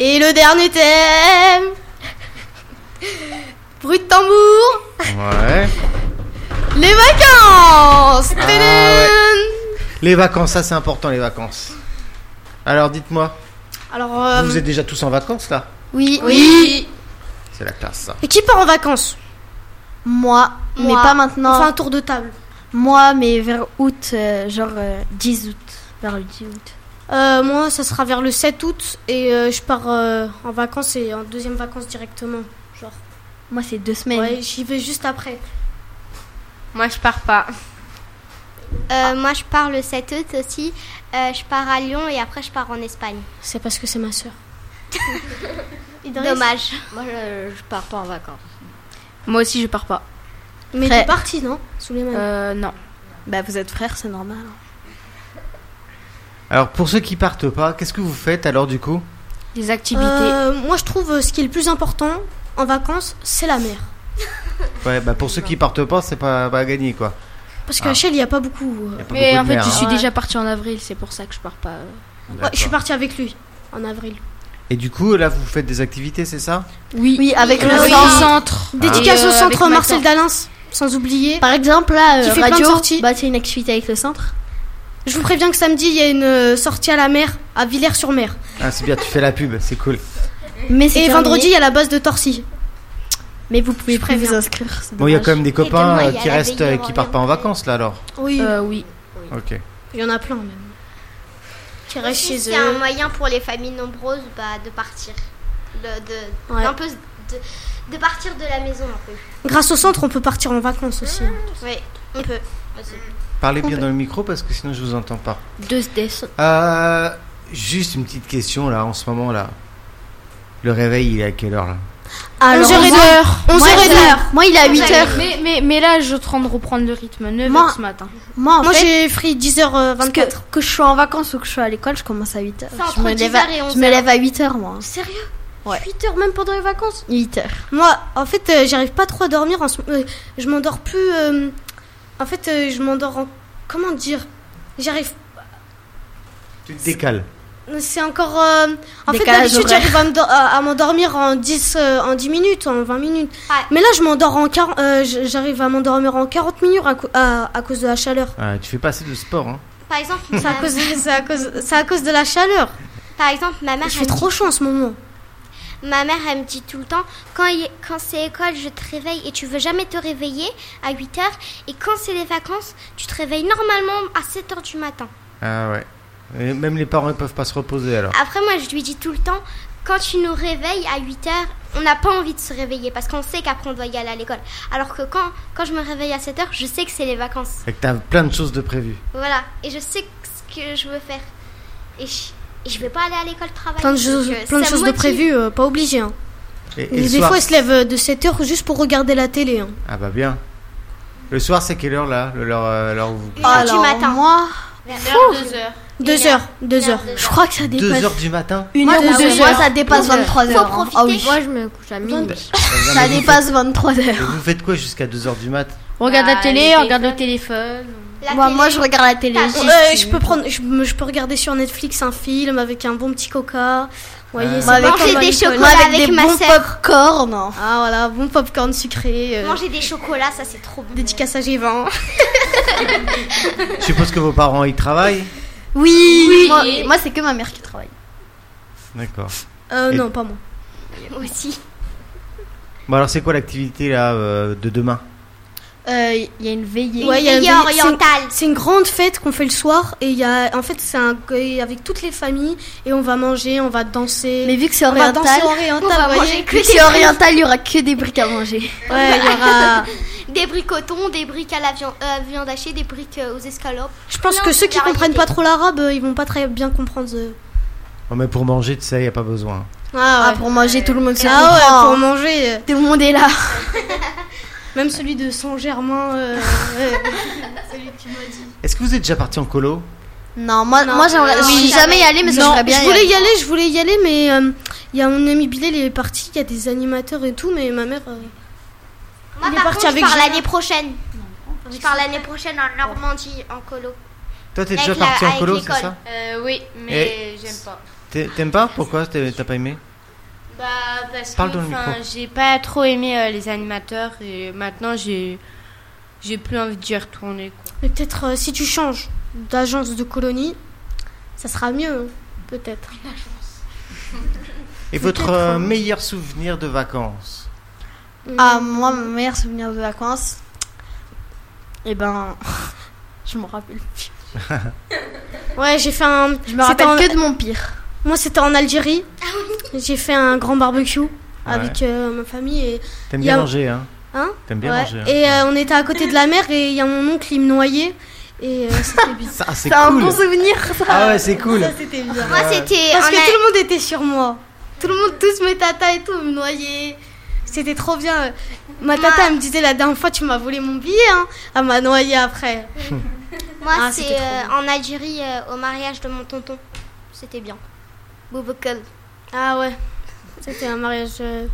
le dernier thème. Bruit de tambour.
Ouais.
Les vacances.
Ah
Tadam
Les vacances, ça c'est important, les vacances. Alors dites-moi,
Alors, euh,
vous êtes déjà tous en vacances là
Oui,
oui.
C'est la classe ça.
Et qui part en vacances
Moi, mais
Moi.
pas maintenant.
On fait un tour de table.
Moi, mais vers août, euh, genre euh, 10 août. Vers le 10 août.
Euh, moi, ça sera vers le 7 août et euh, je pars euh, en vacances et en deuxième vacances directement. Genre,
Moi, c'est deux semaines.
ouais, j'y vais juste après.
Moi, je pars pas.
Euh, Moi, je pars le 7 août aussi. Euh, je pars à Lyon et après, je pars en Espagne.
C'est parce que c'est ma soeur.
Dommage.
Moi, je, je pars pas en vacances.
Moi aussi, je pars pas.
Mais
Frère.
t'es parti, non Souleymane
Euh, non.
Bah, vous êtes frères, c'est normal. hein.
Alors pour ceux qui partent pas, qu'est-ce que vous faites alors du coup
Les activités.
Euh, Moi, je trouve euh, ce qui est le plus important en vacances, c'est la mer.
Ouais, bah pour ceux qui partent pas, c'est pas, pas gagné quoi.
Parce
Ah.
qu'à Shell, il n'y a pas beaucoup. euh,
Y a pas
mais
beaucoup
en
de
fait,
mer,
je
hein.
suis
Ouais.
déjà partie en avril, c'est pour ça que je pars pas. euh.
ouais, je suis
D'accord.
partie avec lui en avril.
Et du coup, là, vous faites des activités, c'est ça
Oui, avec le
Ah Oui.
sang.
centre.
Dédicace
Et, euh,
au
avec
centre
ma
Marcel
tante.
Dalens, sans oublier.
Par exemple, là,
Qui
euh,
fait plein de
radio,
sorties.
bah, c'est une activité avec le centre.
Je vous préviens que samedi, il y a une euh, sortie à la mer, à Villers-sur-Mer.
Ah, c'est bien, tu fais la pub, c'est cool.
Mais c'est
Et
terminé.
vendredi, il y a la base de Torcy.
Mais vous pouvez
Je
plus vous
préviens.
inscrire. c'est
Bon, il y a
dommage.
quand même des copains
demain,
euh,
il y a
qui
la
restent,
veille
euh,
de
qui
Orient.
partent pas en vacances, là, alors.
Oui,
Euh, oui.
Ok.
il y en a plein, même. Qui restent
Si
chez
c'est un
eux.
moyen pour les familles nombreuses bah, de partir. De, de,
Ouais.
d'un peu, s- de, de partir de la maison un peu.
Grâce au centre, on peut partir en vacances aussi.
Oui, on peut.
Parlez bien dans le micro parce que sinon je vous entends pas.
2 décembre.
Euh, juste une petite question là en ce moment là. Le réveil il est à quelle heure là
Ah,
Alors,
11h30.
moi,
11h30.
moi, il est à 8 heures.
Mais, mais, mais là, je suis en train de reprendre le rythme. 9
Moi-
heures ce matin.
Moi, en
Moi,
fait,
j'ai free 10h24.
parce que, que je sois en vacances ou que je sois à l'école, je commence à 8 heures.
C'est
Je
entre
me lève
10 heures
à,
et 11
je me lève à 8 heures, moi.
Sérieux
Ouais.
8 heures même pendant les vacances
8 heures.
Moi, en fait, euh, j'arrive pas trop à dormir. En ce- euh, je m'endors plus. euh, En fait, euh, je m'endors en. Comment dire J'arrive.
Tu te décales.
C'est encore. euh, En fait,
Décalage
d'habitude,
horaire.
j'arrive à me do- à à m'endormir en 10, euh, en 10 minutes, en 20 minutes.
Ah.
Mais là, je m'endors en 40 euh, j- j'arrive à m'endormir en 40 minutes à, cau- à- à cause de la chaleur.
Ah, tu fais pas assez de sport hein.
Par exemple,
C'est à,
ma-
cause de- c'est à cause- c'est à cause de la chaleur.
par exemple, ma mère,
Je
elle me
fais trop chaud en ce moment.
Ma mère, elle me dit tout le temps, quand, il- quand c'est école, je te réveille et tu veux jamais te réveiller à 8 heures. Et quand c'est les vacances, tu te réveilles normalement à 7 heures du matin.
Ah ouais. Et même les parents ils peuvent pas se reposer alors.
Après, moi, je lui dis tout le temps, quand tu nous réveilles à 8 heures, on n'a pas envie de se réveiller parce qu'on sait qu'après, on doit y aller à l'école. Alors que quand, quand je me réveille à 7 heures, je sais que c'est les vacances.
Fait que t'as plein de choses de prévues.
Voilà. Et je sais ce que je veux faire. Et je, et je vais pas aller à l'école travailler.
Plein de, choses-
Donc, euh,
plein de
ça me
choses de
motive.
prévues, euh, pas obligé. hein.
Et, et le
Des
soir
fois, ils se lèvent euh, de 7 heures juste pour regarder la télé. hein.
Ah bah bien. Le soir c'est quelle heure là Le- L'heure euh, l'heure où vous.
Ah,
Une heure du matin.
moi,
Deux
heure.
heures, deux heures.
je crois que ça dépasse.
2 heures du matin
Une
Moi,
heure ou
deux
deux
heures.
heures. Moi, ça dépasse 23 heures. hein.
profiter.
Ah oui.
Moi, je me couche à minuit.
Ah,
Ça
mais vous
dépasse 23
faites-
heures.
Vous faites quoi jusqu'à 2 heures du mat
Regarde la
Bah,
télé,
les
regarde le téléphone.
La
Moi, moi,
télé.
je regarde la télé.
Ah,
juste.
Euh, je peux prendre, je, me- je peux regarder sur Netflix un film avec un bon petit coca. Vous voyez,
Ah.
c'est
Moi, avec,
pas
Manger
comme
des
à l'école.
chocolats
avec,
avec
des
ma
bons
sœur.
popcorn. hein.
Ah voilà, bon popcorn sucré. euh,
Manger des chocolats, ça c'est trop bon.
Dédicace à Gévin.
Je suppose que vos parents ils travaillent
Oui. Moi, moi, c'est que ma mère qui travaille.
D'accord.
Euh,
Et-
non, pas moi.
aussi.
Bon alors c'est quoi l'activité là euh, de demain
Euh, Il y a une veillée.
Ouais, il y a une
Veillée
veillée-
orientale.
C'est une grande fête qu'on fait le soir et il y a, en fait, c'est un, et avec toutes les familles et on va manger, on va danser.
Mais vu que c'est
on va danser
oriental,
oriental,
on va
vous voyez.
manger
vu que c'est oriental, il y aura que des briques à manger.
Ouais, il y aura.
Des bricotons, des briques à la viande, euh, viande hachée, des briques euh, aux escalopes.
Je pense
Plein
que
de
ceux qui
variétés.
comprennent pas trop l'arabe, euh, ils vont pas très bien comprendre. euh.
Oh, mais pour manger, tu sais, il a pas besoin.
Ah,
Ah,
ouais.
pour manger, tout le monde se
Ah ouais,
comprend,
pour
hein.
manger. euh,
Tout le monde est là.
Même celui de Saint-Germain. euh, ouais.
Est-ce que vous êtes déjà parti en colo
Non, moi, moi j'aimerais.
non,
je suis
jamais.
jamais y allée, mais
Non,
j'aimerais bien.
je
y
voulais
aller.
y aller, je voulais y aller, mais euh, il y a mon ami Bilal, il est parti, il y a des animateurs et tout, mais ma mère. euh,
Moi,
Il est
par
parti
contre,
avec
je pars
Jeanne.
l'année prochaine. Je pars l'année prochaine en Normandie, en colo.
Toi,
Avec
t'es déjà
la-
parti en
avec
colo, c'est
l'école.
ça
Euh, oui, mais j'aime pas.
T'es- T'aimes pas Pourquoi T'es- T'as pas aimé
Bah, parce
Parle
que
dans le
enfin,
micro.
j'ai pas trop aimé euh, les animateurs et maintenant j'ai j'ai plus envie d'y retourner. quoi.
Mais peut-être euh, si tu changes d'agence de colonie, ça sera mieux, peut-être.
Et votre euh, meilleur souvenir de vacances
Ah, moi, mon meilleur souvenir de vacances, et ben, je me rappelle.
Ouais, j'ai fait un.
Je me
c'était
rappelle
en-
que de Ah mon pire.
Moi, c'était en Algérie. J'ai fait un grand barbecue avec euh, ma famille et
T'aimes
y a-
bien manger, hein
Hein
T'aimes bien
Ouais.
manger. hein.
Et euh, on était à côté de la mer et il y a mon oncle, il me noyait. Et euh, c'était bizarre.
Ça, c'est
C'est un
cool.
bon souvenir. ça.
Ah ouais, c'est cool.
c'était bizarre.
Moi, c'était.
Parce
en
que
Al-
tout le monde était sur moi. Tout le monde, tous mes tatas et tout, me noyaient. C'était trop bien. Ma tata, elle me disait la dernière fois, tu m'as volé mon billet. Hein. Elle m'a noyé après.
Moi,
Ah,
c'est
c'était trop
euh, en Algérie euh, au mariage de mon tonton. C'était bien. Bouboukel.
Ah ouais. C'était un mariage. euh,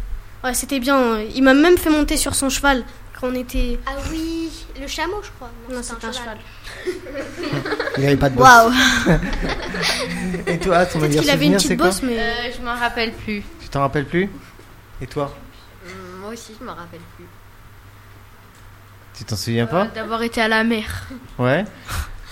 Ouais, c'était bien. Il m'a même fait monter sur son cheval quand on était.
Ah oui, le chameau, je crois.
Non, c'était un cheval.
Il avait pas de bosse.
Waouh.
Et toi, ton
Peut-être
meilleur
qu'il avait une
souvenir,
petite
c'est quoi
bosse, mais.
Euh, je m'en rappelle plus.
Tu t'en rappelles plus Et toi
Hum, Moi aussi, je me rappelle plus.
Tu t'en souviens
euh,
pas
d'avoir été à la mer.
Ouais.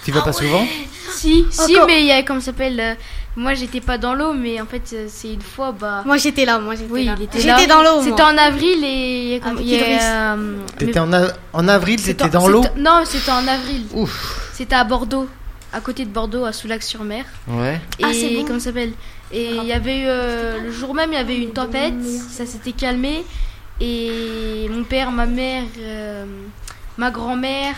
Tu vas pas souvent
Si, si,
Encore.
mais il y a, comment ça s'appelle euh, Moi, j'étais pas dans l'eau, mais en fait, euh, c'est une fois, bah.
Moi, j'étais là. Moi, j'étais
Oui,
là.
il était là.
J'étais dans l'eau.
C'était
moi.
en avril et. il y a comme-
Avec
il y a,
Idriss.
euh, mais-
T'étais en, a- en avril,
c'est
t'étais
en-
dans
c'est
l'eau
en- Non, c'était en avril.
Ouf.
C'était à Bordeaux, à côté de Bordeaux, à Soulac-sur-Mer.
Ouais.
Ah, c'est
et
bon.
comment ça s'appelle Et il y avait eu, euh, le jour même, il y avait eu une tempête, ça s'était calmé et mon père, ma mère, euh, ma grand-mère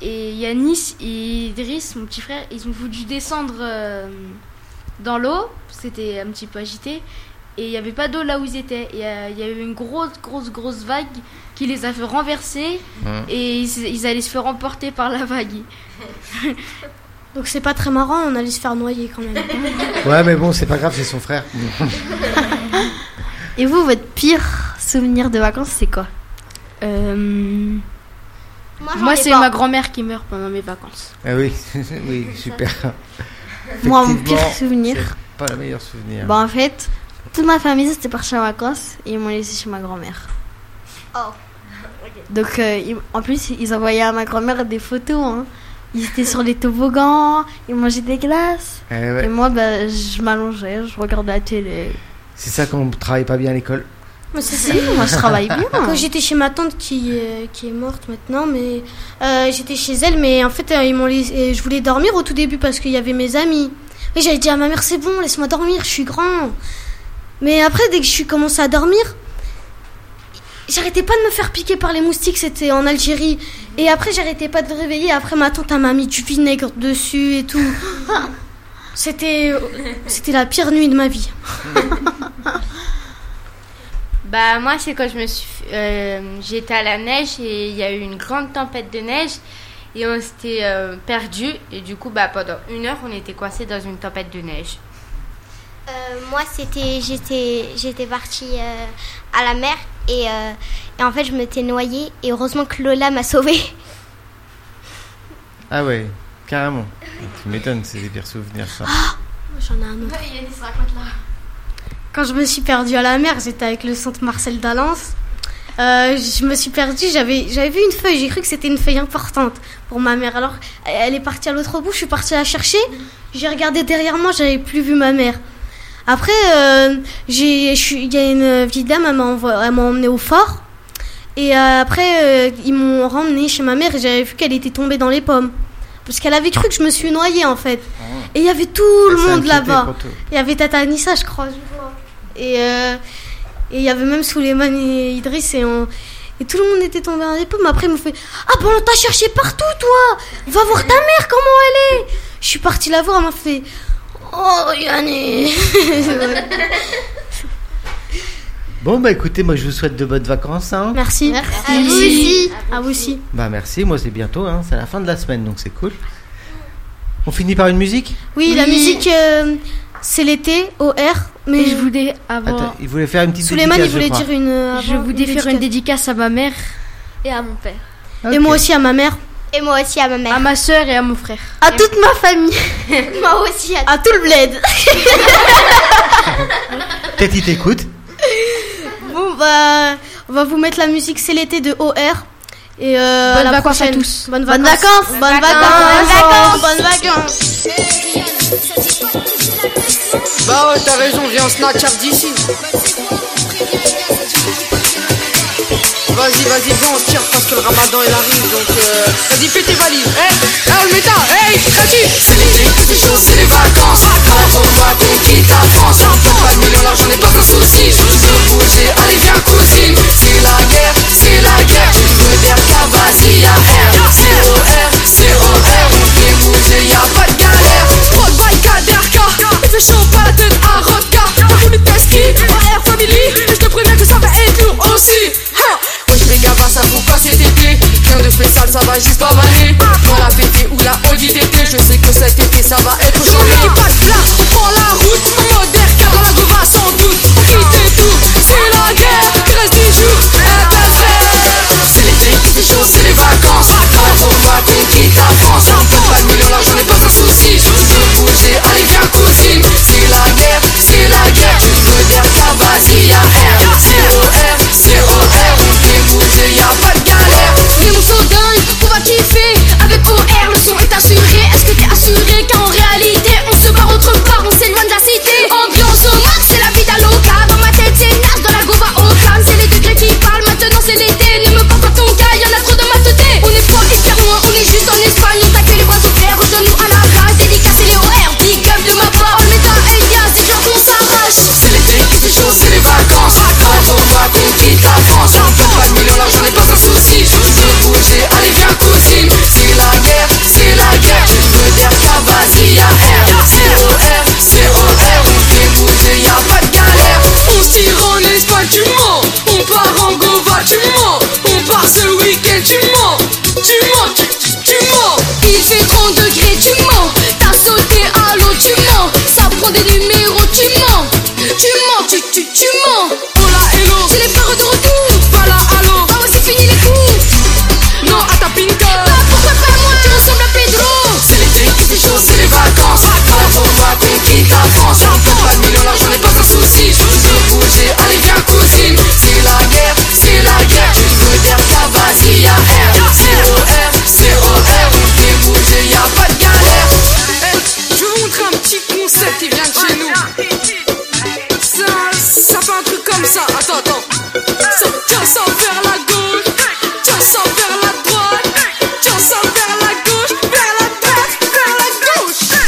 et Yanis et Idriss, mon petit frère, ils ont voulu descendre euh, dans l'eau, c'était un petit peu agité et il n'y avait pas d'eau là où ils étaient. Il y, a- il y a eu une grosse, grosse, grosse vague qui les a fait renverser
Mmh.
Ouais.
et ils, ils allaient se faire emporter par la vague.
Donc, c'est pas très marrant. On allait se faire noyer quand même.
Ouais, mais bon, c'est pas grave, c'est son frère.
Et vous, votre pire souvenir de vacances, c'est quoi
Euh, Moi, c'est ma grand-mère qui meurt pendant mes vacances.
Ah oui, oui, super.
Moi, mon
Effectivement,
pire souvenir.
c'est Pas le meilleur souvenir.
Bah en fait, toute ma famille c'était partie en vacances et ils m'ont laissé chez ma grand-mère.
Oh.
Donc euh, ils- en plus ils envoyaient à ma grand-mère des photos. hein. Ils étaient sur les toboggans, ils mangeaient des glaces.
Eh
Et
ouais,
moi bah, je m'allongeais, je regardais la télé.
C'est ça qu'on travaille pas bien à l'école.
Mais c'est
Si, moi je travaille bien.
Quand j'étais chez ma tante qui, euh, qui est morte maintenant, mais euh, j'étais chez elle, mais en fait, euh, ils m'ont laissé- et je voulais dormir au tout début parce qu'il y avait mes amis. Et j'avais dit à ma mère, c'est bon, laisse-moi dormir, je suis grand. Mais après, dès que je suis commencé à dormir, j'arrêtais pas de me faire piquer par les moustiques, c'était en Algérie. Et après, j'arrêtais pas de me réveiller. Après, ma tante elle m'a mis du vinaigre dessus et tout. C'était c'était la pire nuit de ma vie.
Bah moi c'est quand je me suis euh, j'étais à la neige et il y a eu une grande tempête de neige et on s'était euh, perdu et du coup bah pendant une heure on était coincés dans une tempête de neige.
Euh, moi, c'était, j'étais, j'étais partie euh, à la mer et, euh, et en fait, je m'étais noyée et heureusement que Lola m'a sauvée.
Ah ouais, carrément. Tu m'étonnes, c'est des pires souvenirs, ça.
J'en ai un autre. Quand je me suis perdue à la mer, j'étais avec le centre Marcel Dalens. Euh, je me suis perdue, j'avais, j'avais vu une feuille, j'ai cru que c'était une feuille importante pour ma mère. Alors, elle est partie à l'autre bout, je suis partie la chercher, j'ai regardé derrière moi, j'avais plus vu ma mère. Après, euh, j'ai, je suis- il y a une vieille dame, elle m'a, envo- elle m'a emmenée au fort. Et euh, après, euh, ils m'ont ramenée chez ma mère et j'avais vu qu'elle était tombée dans les pommes. Parce qu'elle avait cru que je me suis noyée en fait. Et il y avait tout le monde là-bas. Il y avait Tata Anissa, je crois, je vois. Et euh, et il y avait même Souleymane et Idriss et on- Et tout le monde était tombé dans les pommes. Après, ils m'ont fait Ah, bon, on t'a cherché partout, toi Va voir ta mère, comment elle est Je suis partie la voir, elle m'a fait Oh, Yanné
Bon, bah écoutez, moi je vous souhaite de bonnes vacances. Hein.
Merci.
À vous aussi.
À vous aussi.
Bah merci, moi c'est bientôt, hein. c'est la fin de la semaine, donc c'est cool. On finit par une musique
Oui, la musique, euh, c'est l'été, OR. Mais
Et je voulais avoir.
Attends, il voulait faire une petite
Souleymane, il voulait
dédicace, je crois.
dire une. euh,
je
avant,
voulais faire
dédicace.
une dédicace à ma mère.
Et à mon père.
Et moi
Ok.
aussi à ma mère.
Et moi aussi à ma mère.
À ma soeur et à mon frère.
À toute ma famille,
Ah.
Moi aussi à
à tout le bled.
Peut-être il t'écoute.
Bon, bah, on va vous mettre la musique C'est l'été de OR. Et euh,
Bonnes
à la
vacances à
prochaine.
tous.
Bonnes
Bonnes
vacances.
vacances.
Bonnes vacances. Bonnes vacances.
Bah ouais, t'as raison, viens, on snatch up d'ici. Vas-y, vas-y, bon, on tire parce que le ramadan il arrive donc. Euh... Vas-y, fais tes valises. Eh, ah, Hey, hey, Almeta, hey, créatif. C'est l'été, il fait chaud, c'est les vacances. Quand on va qu'on quitte la France. T'as pas de millions, l'argent n'est pas un souci. Je veux bouger, allez, viens, cousine. C'est la guerre, c'est la guerre. Tu veux dire ta vas-y, y'a R. C'est OR, c'est OR. On fait bouger, y'a pas de galère. Trop de bail, KDRK. Il fait chaud, pas la tête à Rodka. T'as voulu Pesky, AR Family. Et je te préviens que ça va être lourd aussi. Ha Wesh mes gars, bah, ça vous passe cet été Rien de spécial, ça va juste pas valer Moi la PP ou la Audi TT Je sais que cet été, ça va être chaud Qui passe là, on prend la route Modère, car dans la gova sans doute On quitte et tout, c'est la guerre Il reste 10 jours, et ben c'est C'est l'été, il fait chaud, c'est les vacances Quand on va, qu'on quitte la France T'as pas de millions, l'argent n'est pas un souci Je veux bouger, allez viens cousine C'est la guerre, c'est la guerre Tu veux dire ta vas-y, y'a R C'est OR, c'est OR On fait bouger, y'a pas de galère Les mots sont dingues, on va kiffer Avec OR, le son est assuré Est-ce que t'es assuré Car en réalité, on se barre autre part On s'éloigne de la cité Ambiance au max, c'est la vie d'Aloca Dans ma tête, c'est naze, dans la gova au crâne C'est les degrés qui parlent, maintenant c'est l'été Ne me parle pas ton gars, y'en a trop de ma teuté. On est froid et hyper loin, on est juste en Espagne On t'accueille les bras ouverts, rejoins-nous à la rage Dédicace et les OR, big up de ma part On est à Elias, c'est clair qu'on s'arrache C'est l'été, il fait chaud, c'est les vacances Quand on va, qu'on quitte la France T'as pas de millions, l'argent n'est pas un souci Je veux bouger, allez viens cousine C'est la guerre, c'est la guerre Tu veux dire ta vas-y, y'a R C'est OR, c'est OR On fait bouger, y'a pas de galère On tire en Espagne, tu mens On part en Gova, tu mens On part ce week-end, tu mens Tu mens, tu, tu, tu mens Il fait 30 degrés, tu mens T'as sauté à l'eau, tu mens Ça prend des numéros, tu mens Tu mens, tu, tu, tu mens Oh la hello J'ai les peurs de retour Pas la halo Ah ouais, c'est fini les coups Non, à ta pinta Bah pourquoi pas moi, tu ressembles à Pedro C'est l'été, il fait chaud, c'est les vacances Quand on va, qu'on quitte la France T'as pas de millions, l'argent n'est pas un souci Je veux bouger, allez viens cousine C'est la guerre, c'est la guerre Tu veux dire ta vas-y, y'a R C'est OR, c'est OR On fait bouger, y'a pas de galère Je vais vous montrer un petit concept qui vient de chez nous ça, ça fait un truc comme ça. Attends, attends. Ça, tiens ça vers la gauche. Tiens ça vers la droite. Tiens ça vers la gauche. Vers la droite. Vers la gauche.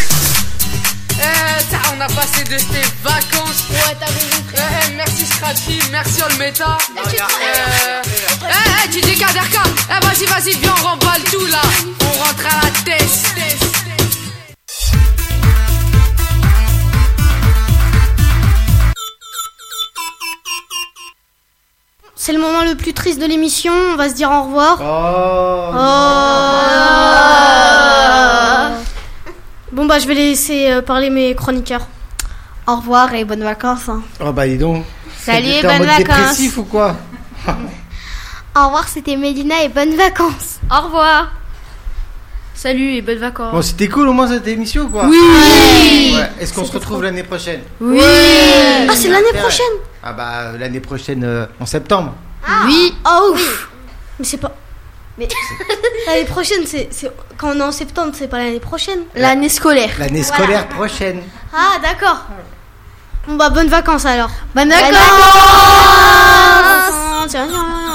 Eh, ça, on a passé de tes vacances. Ouais, t'as raison. Eh, eh, merci Scratchy. Merci Olmeta. Euh, Eh, eh, DJ Kaderka. Eh, vas-y, vas-y, viens, on remballe tout là. On rentre à la test.
C'est le moment le plus triste de l'émission. On va se dire au revoir.
Oh.
Oh. Bon, bah, je vais laisser euh, parler mes chroniqueurs.
Au revoir et bonnes vacances. hein.
Oh bah dis donc.
Salut,
T'es en
bonnes
mode
vacances.
dépressif ou quoi
Au revoir, c'était Mélina et bonnes vacances.
Au revoir.
Salut et bonnes
Oh.
vacances.
Bon, c'était cool au moins cette émission ou quoi Oui. Est-ce qu'on se retrouve l'année prochaine
Ah, c'est l'année
Intérêt.
prochaine.
Ah bah l'année prochaine euh, en septembre.
Oui. Oh, ouf. Mais c'est pas. Mais l'année prochaine, c'est c'est- quand on est en septembre, c'est pas l'année prochaine.
L'année scolaire.
L'année scolaire prochaine.
Ah, d'accord. Bon, bah, bonnes vacances alors.
Bonnes vacances.
Tiens, tiens, tiens.